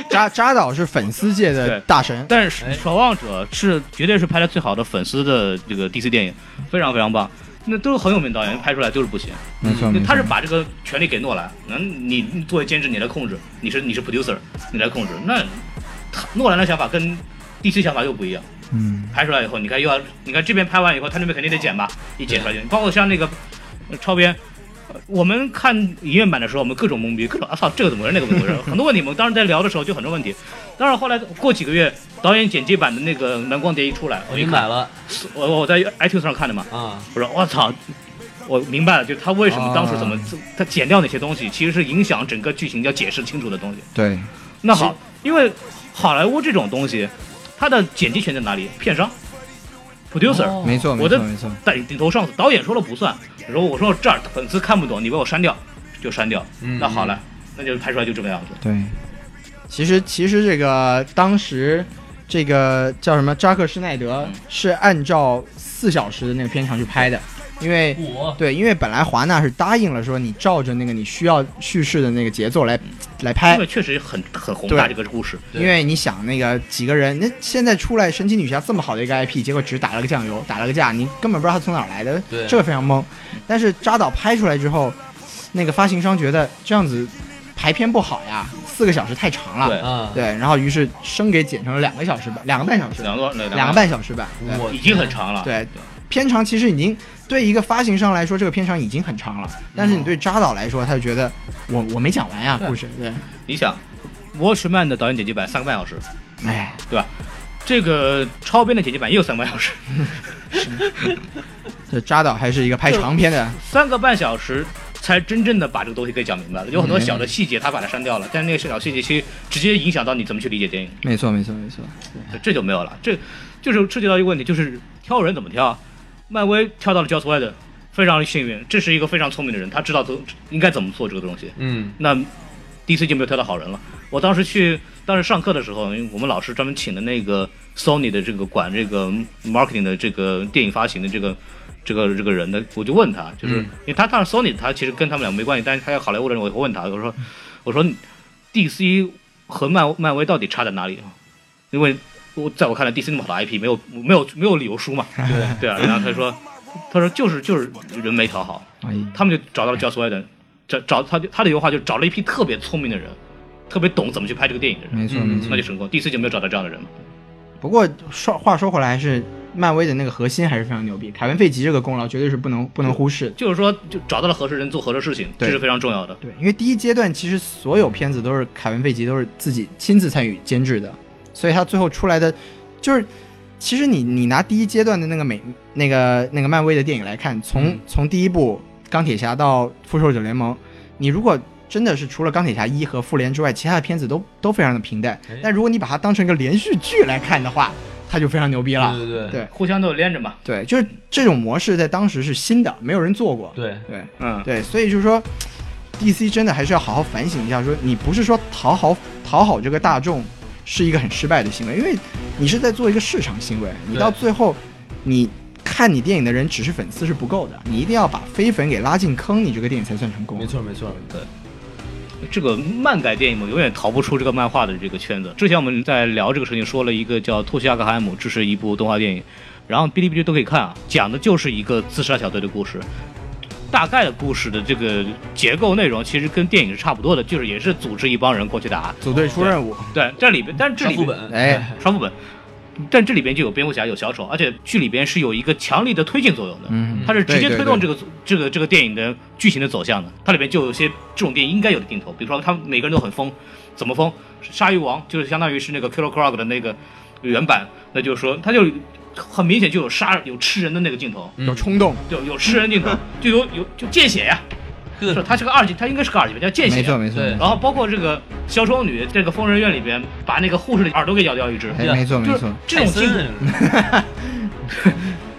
扎扎导是粉丝界的对大神，但是哎《守望者》是绝对是拍的最好的粉丝的这个 DC 电影，非常非常棒。那都是很有名导演，拍出来就是不行。没错那没错他是把这个权利给诺兰，嗯，你你作为监制你来控制，你是你是 producer，你来控制。那他诺兰的想法跟 DC 想法又不一样。嗯，拍出来以后，你看又要，你看这边拍完以后，他那边肯定得剪吧，一剪出来就，包括像那个呃超编。呃我们看影院版的时候，我们各种懵逼，各种啊操，这个怎么回事，那个怎么回事，很多问题。我们当时在聊的时候就很多问题。但是后来过几个月，导演剪辑版的那个《蓝光碟》一出来，我我已经一买看，了我我在 iTunes 上看的嘛，啊，我说我操，我明白了，就是他为什么当初怎么、啊他剪掉哪些东西，其实是影响整个剧情要解释清楚的东西。对那好，因为好莱坞这种东西，它的剪辑权在哪里？片商，producer，、哦没错没我的错没错，带顶头上司，导演说了不算。如果我说这儿粉丝看不懂，你把我删掉，就删掉。嗯那好了，那就拍出来就这个样子。对。其实其实这个当时这个叫什么扎克施耐嗯德是按照四小时的那个片长去拍的，因为我对，因为本来华纳是答应了说你照着那个你需要叙事的那个节奏来来因拍为，确实很很宏大这嗯对个故事，对因为你想那个几个人，那现在出来神奇女侠这么好的一个 IP，结果只打了个酱油，打了个架，你根本不知道它从哪儿来的对，这个非常懵。但是扎导拍出来之后，那个发行商觉得这样子排片不好呀，四个小时太长了，啊，对，然后于是生给剪成了两个小时版，两个半小时，两个多两个半小时版，对我已经很长了。啊对，片长其实已经对一个发行商来说，这个片长已经很长了，但是你对扎导来说，他就觉得我我没讲完呀，故事，对，你想，《沃什曼》的导演剪辑版三个半小时，哎，这个超编的剪辑版也有三个半小时， [LAUGHS] 这扎导还是一个拍长片的，三个半小时才真正的把这个东西给讲明白了。有很多小的细节他把它删掉了，但是那个小细节其实直接影响到你怎么去理解电影，没错没错没错，这这就没有了。这就是涉及到一个问题，就是挑人怎么挑。漫威挑到了 Joss Whedon，非常幸运，这是一个非常聪明的人，他知道怎应该怎么做这个东西。嗯那 DC 就没有挑到好人了。我当时去，当时上课的时候，因为我们老师专门请的那个 Sony 的这个管这个 marketing 的这个电影发行的这个这个这个人的，我就问他，就是、嗯因为他当时 Sony 他其实跟他们俩没关系，但是他要好莱坞的人，我会问他，我说我说 DC 和漫漫威到底差在哪里？因为我在我看来，DC 那么好的 IP 没有没有没有理由输嘛，对对啊，然后他说他说就是就是人没调好，哎，他们就找到了 Joss Whedon，找找他就他的原话就找了一批特别聪明的人，特别懂怎么去拍这个电影的人，没错嗯没错。那就成功。第四就没有找到这样的人嘛。不过说话说回来，还是漫威的那个核心还是非常牛逼，凯文费奇这个功劳绝对是不能不能忽视的。就是说，就找到了合适人做合适事情，对这是非常重要的。对，因为第一阶段其实所有片子都是凯文·费奇都是自己亲自参与监制的，所以他最后出来的就是，其实你你拿第一阶段的那个美那个那个漫威的电影来看，从、嗯从第一部钢铁侠到复仇者联盟，你如果真的是除了钢铁侠一和复联之外，其他的片子都都非常的平淡哎，但如果你把它当成一个连续剧来看的话，它就非常牛逼了。对对对对互相都有连着嘛。对，就是这种模式在当时是新的，没有人做过。对，对，嗯，对，所以就是说，DC 真的还是要好好反省一下，说你不是说讨好讨好这个大众是一个很失败的行为，因为你是在做一个市场行为，你对到最后你。看你电影的人只是粉丝是不够的，你一定要把非粉给拉进坑，你这个电影才算成功。没，错没错，对，这个漫改电影嘛，永远逃不出这个漫画的这个圈子。之前我们在聊这个事情，说了一个叫《托西亚克海姆》，这是一部动画电影。然后哔哩哔哩都可以看啊，讲的就是一个自杀小队的故事。大概的故事的这个结构内容其实跟电影是差不多的，就是也是组织一帮人过去打。组队出任务，对，这里边，但是这上里副边本， [LAUGHS] 哎，双副本，但这里边就有蝙蝠侠，有小丑，而且剧里边是有一个强力的推进作用的，嗯它是直对接对推动这个组这个这个电影的剧情的走向的。它里边就有一些这种电影应该有的镜头，比如说他们每个人都很疯，怎么疯？鲨鱼王就是相当于是那个 Killer Croc 的那个原版，那就是说它就很明显就有杀有吃人的那个镜头，有冲动，有有吃人镜头，就有有就见血呀、对是吧它是个二级，它应该是个二级片，叫见嗯血没呀、错没错，对然后包括这个小丑女，这个疯人院里边把那个护士的耳朵给咬掉一只，哎，没错就没是错，这种泰镜头，森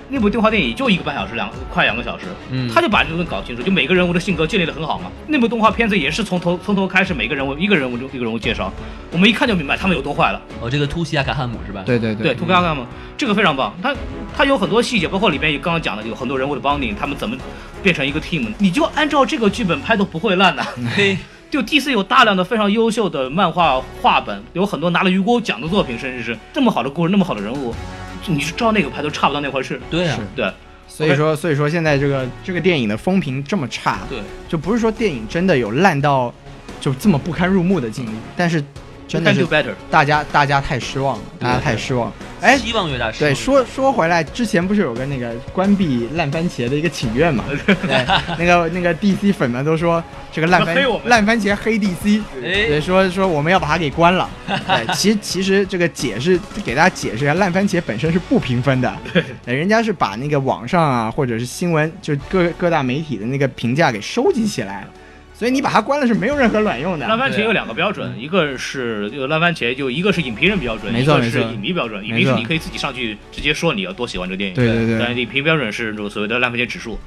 那部动画电影就一个半小时，两快两个小时，嗯他就把这个搞清楚，就每个人物的性格建立的很好嘛。那部动画片子也是从头从头开始，每个人物一个人物一个人物介绍，我们一看就明白他们有多坏了。哦，这个突西亚卡汉姆是吧？，对对嗯对，图嘎嘎嘛，这个非常棒。它它有很多细节，包括里边也刚刚讲的有很多人物的 bonding，他们怎么变成一个 team，你就按照这个剧本拍都不会烂的、嗯嘿， [LAUGHS] 就 DC 有大量的非常优秀的漫画画本，有很多拿了雨果奖的作品，甚至是这么好的故事，那么好的人物，就你是照那个拍都差不到那回事。对啊是，对所以说，所以说现在这个这个电影的风评这么差，对，就不是说电影真的有烂到就这么不堪入目的境地，但是真的 Can 是 do better。大家大家太失望了，大家太失望了。哎，希望越大，对，失望说说回来，之前不是有个那个关闭烂番茄的一个请愿 [LAUGHS] 嘛？对，那个那个 DC 粉们都说这个烂番要黑我们烂番茄黑 DC，哎对，说说我们要把它给关 [LAUGHS] 了。对，其实其实这个解释给大家解释一下，烂番茄本身是不评分的，对，人家是把那个网上啊或者是新闻就各各大媒体的那个评价给收集起来，所以你把它关了是没有任何卵用的。烂番茄对啊有两个标准，一个是这个烂番茄，就一个是影评人标准，嗯没一错个是没错影迷标准。影没迷错是你可以自己上去直接说你要多喜欢这个电影，对对但对，影评标准是这种所谓的烂番茄指数。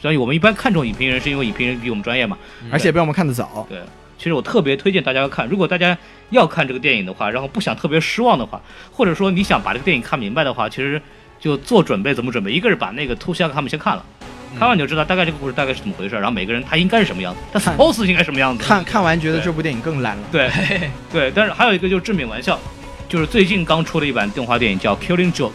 所以我们一般看重影评人，是因为影评人比我们专业嘛。而且被我们看得早，对，其实我特别推荐大家看，如果大家要看这个电影的话，然后不想特别失望的话，或者说你想把这个电影看明白的话，其实就做准备，怎么准备？一个是把那个《偷香》他们先看了，嗯看完你就知道大概这个故事大概是怎么回事，然后每个人他应该是什么样子，他看 suppose 应该什么样子。看看完觉得对这部电影更烂了。 [LAUGHS] 对对，但是还有一个就是《致命玩笑》，就是最近刚出的一版动画电影叫《Killing Joke》，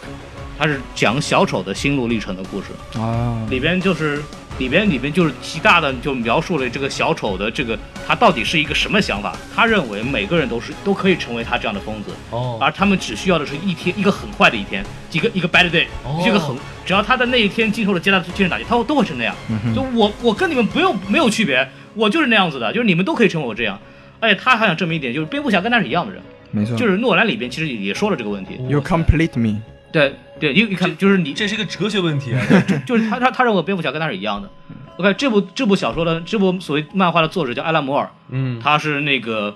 它是讲小丑的心路历程的故事。哦，里边就是里边里边就是极大的就描述了这个小丑的这个他到底是一个什么想法。他认为每个人都是都可以成为他这样的疯子，哦，而他们只需要的是一天一个很坏的一天，一个一个 bad day，、哦这个很只要他在那一天经受了极大的精神打击，他会都会是那样。嗯就我我跟你们不用没有区别，我就是那样子的，就是你们都可以成为我这样。而且他还想证明一点，就是蝙蝠侠跟他是一样的人，没错，就是诺兰里边其实也也说了这个问题。 You complete me。对对，一一看就是你这是一个哲学问题 [LAUGHS] 啊，就是他他他认为蝙蝠侠跟他是一样的。OK，这部这部小说的这部所谓漫画的作者叫艾拉摩尔，嗯，他是那个《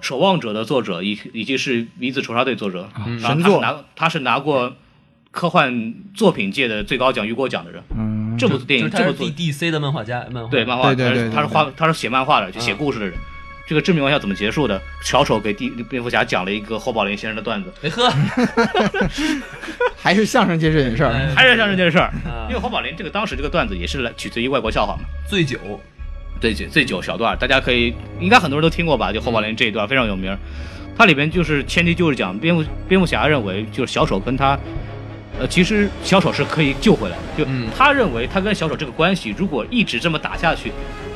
守望者》的作者，以以及是《鼻子仇杀队》作者，嗯然啊神后他是作拿他是拿过科幻作品界的最高奖雨果奖的人。嗯，这部电就是影他这是部作 D D C 的漫画家，漫画对漫对画，对对对嗯他是他是画他是写漫画的，就写故事的人。这个致命玩笑怎么结束的？小丑给地蝙蝠侠讲了一个侯宝林先生的段子，哎 [LAUGHS] 呵，还是相声界这点事儿。哎还是像这件事儿啊， [LAUGHS] 因为侯宝林这个当时这个段子也是来取自于外国笑话嘛。醉酒，醉酒醉酒小段儿，大家可以应该很多人都听过吧？就侯宝林这一段非常有名儿，它里边就是前提就是讲蝙蝠蝙蝠侠认为就是小丑跟他，呃，其实小丑是可以救回来的，就嗯他认为他跟小丑这个关系如果一直这么打下去，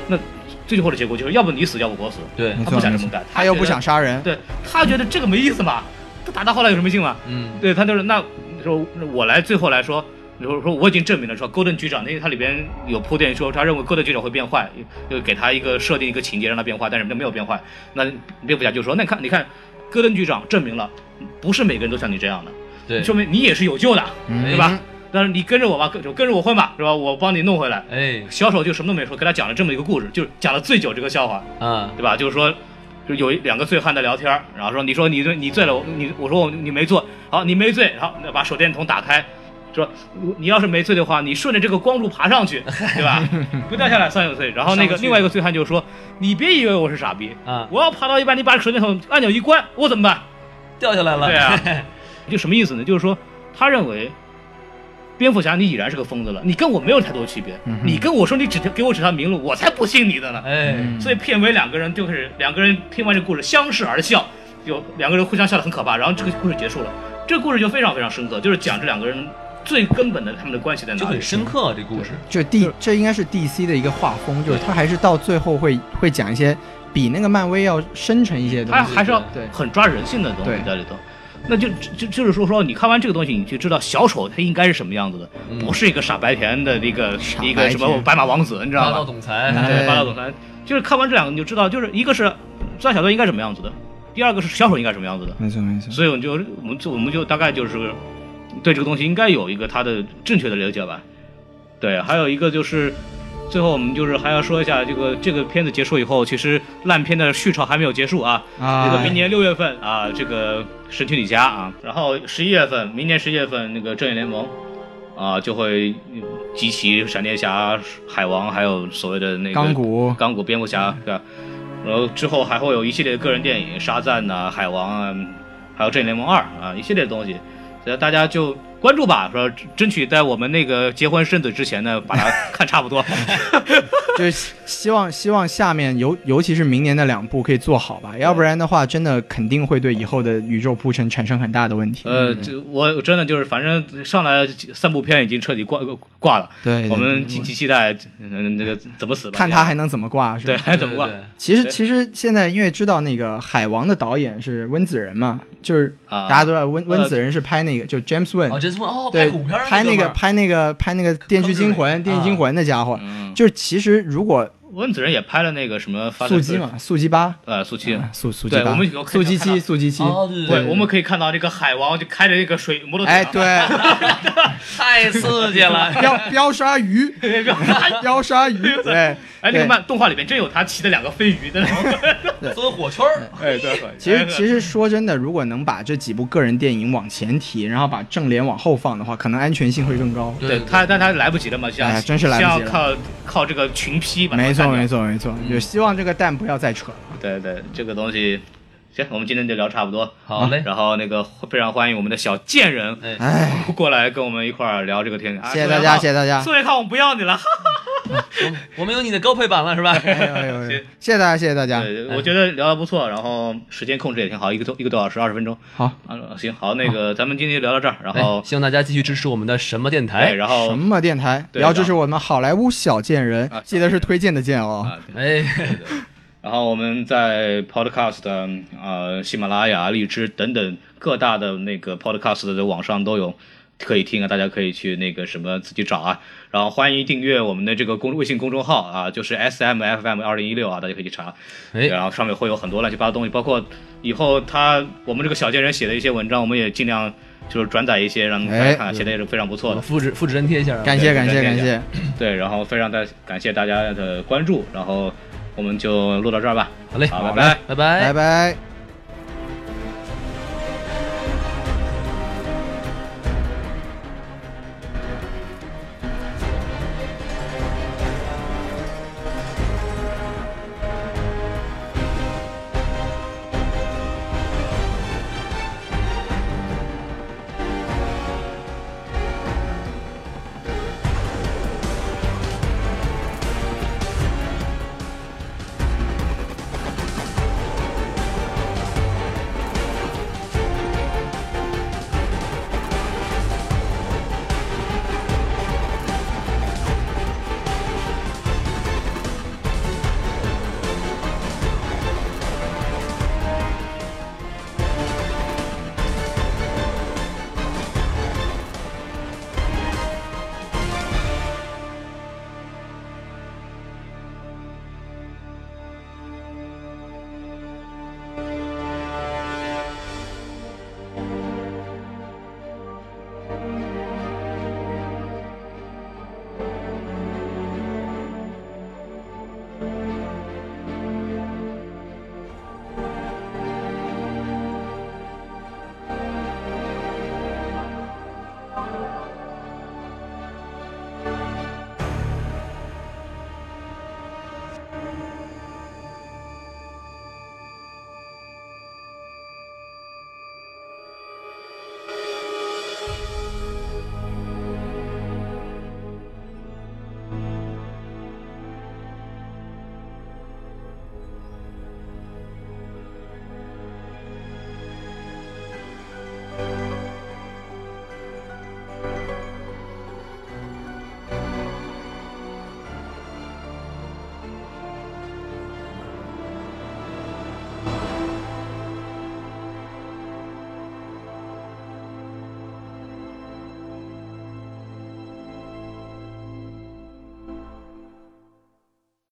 那最后的结果就是要不你死，要不我死。对没，错他不想没这么错干，他又不觉得想，杀人，对他觉得这个没意思嘛，他打到后来有什么劲嘛？嗯，对他就是那说我来最后来说，说说我已经证明了说 Golden 局长，因为他里边有铺垫说他认为 Golden 局长会变坏，就给他一个设定一个情节让他变坏，但是没有变坏。那蝙蝠侠就说那你看你看 Golden 局长证明了，不是每个人都像你这样的，对，哎说明你也是有救的，嗯对吧？但是你跟着我吧，跟跟着我混吧，是吧？我帮你弄回来。哎小丑就什么都没说，给他讲了这么一个故事，就是讲了醉酒这个笑话。啊，对吧？就是说，就有一两个醉汉在聊天儿，然后说你说你醉你醉了，我你我说我你没醉，好你没醉，然后把手电筒打开，说你你要是没醉的话，你顺着这个光柱爬上去，对吧？ [LAUGHS] 不掉下来算有罪。然后那上个不去另外一个醉汉就说，你别以为我是傻逼啊我要爬到一半，你把手电筒按钮一关，我怎么办？掉下来了，对啊，就什么意思呢？就是说，他认为蝙蝠侠你已然是个疯子了，你跟我没有太多区别，嗯你跟我说你指条给我指条明路，我才不信你的呢。哎，所以片尾两个人就是两个人听完这个故事相视而笑，有两个人互相笑得很可怕，然后这个故事结束了。这个故事就非常非常深刻，就是讲这两个人最根本的他们的关系在哪里，就很深刻、啊、这故事。就 D，这应该是 DC 的一个画风，就是他还是到最后会会讲一些比那个漫威要深沉一些的东它西。还是要对很抓人性的东西对在里头。那就就就是说说，你看完这个东西，你就知道小丑他应该是什么样子的，嗯不是一个傻白甜的一个嗯傻一个什白么甜白马王子，你知霸道道吗？总裁，嗯对，哎霸道总裁。就是看完这两个，你就知道，就是一个是钻小队应该什么样子的，第二个是小丑应该什么样子的。没错没错。所以我们就我们就我们就大概就是对这个东西应该有一个它的正确的了解吧。对，还有一个就是最后我们就是还要说一下这个这个片子结束以后，其实烂片的续潮还没有结束啊。啊，这个明年六月份啊，这个《神奇女侠》啊，然后十一月份，明年十一月份那个《正义联盟》啊，就会集齐闪电侠、海王，还有所谓的那个钢 [LAUGHS] 骨钢骨蝙蝠侠，对吧？然后之后还会有一系列个人电影，沙赞呐、海王啊，还有《正义联盟二》啊，一系列的东西，所以大家就关注吧，说争取在我们那个结婚生子之前呢， [LAUGHS] 把它看差不多。嗯就是希希望希望下面尤尤其是明年的两部可以做好吧，要不然的话，真的肯定会对以后的宇宙铺陈产生很大的问题。呃，这我真的就是，反正上来三部片已经彻底挂挂了。对，对我们敬请期待，嗯，这个怎么死吧？看他还能怎么挂，是吧对，还怎么挂对对其实对其实现在因为知道那个《海王》的导演是温子仁嘛，就是啊大家都知道温呃温子仁是拍那个就 James 对哦， Wan，这次哦，对股票，拍那个拍那个拍那个《电锯惊魂》《电锯惊魂》的家伙，啊嗯，就是其实如果温子仁也拍了那个什么《发速激》，嘛，嗯速激八，呃，速七。速速对激八我们有，速激看到七，速激七，哦，对对，对，我们可以看到这个海王就开着那个水摩托车，啊哎，对，太刺激了。标 [LAUGHS] 标鲨 [LAUGHS] 鱼，标鲨鱼，对，哎，那个对漫动画里面真有他骑的两个飞鱼的那 [LAUGHS] 种，钻火圈儿，哎，对，其实其实说真的，如果能把这几部个人电影往前提，然后把正联往后放的话，可能安全性会更 [LAUGHS] 高。对他，但他来不及了嘛，哎像呀真是来不及了像靠靠这个群批把它没错，干掉没，错，没嗯错，就希望这个蛋不要再扯了。对对，这个东西。行，我们今天就聊差不多。好嘞然后那个非常欢迎我们的小贱人哎哎，过来跟我们一块儿聊这个天。啊谢谢大家，宋元浩谢谢大家，宋元浩，我们不要你了。我们有你的高配版了是吧？哎呦哎呦，哎呦谢谢大家，谢谢大家。对，我觉得聊得不错，然后时间控制也挺好，一个多一个多小时，二十分钟。好，啊，行，好，那个咱们今天就聊到这儿，[LAUGHS] 然哎后希望大家继续支持我们的什么电哎，台？然什后么电台？对也要支持我们好莱坞小贱人啊，记得是推荐的荐哦。啊，对哎，然后我们在 Podcast 嗯呃喜马拉雅、荔枝等等各大的那个 Podcast 的网上都有。可以听啊，大家可以去那个什么自己找啊，然后欢迎订阅我们的这个公微信公众号啊，就是 S M F M 二零一六啊，大家可以去查。哎然后上面会有很多乱七八糟的东西，包括以后他我们这个小贱人写的一些文章，我们也尽量就是转载一些让大家哎看看，写的也是非常不错我的。复制复制粘贴一下啊。感谢，对感推谢，荐感一下谢。对，然后非常大感谢大家的关注，然后我们就录到这儿吧。好嘞，好，拜拜。拜拜拜。拜。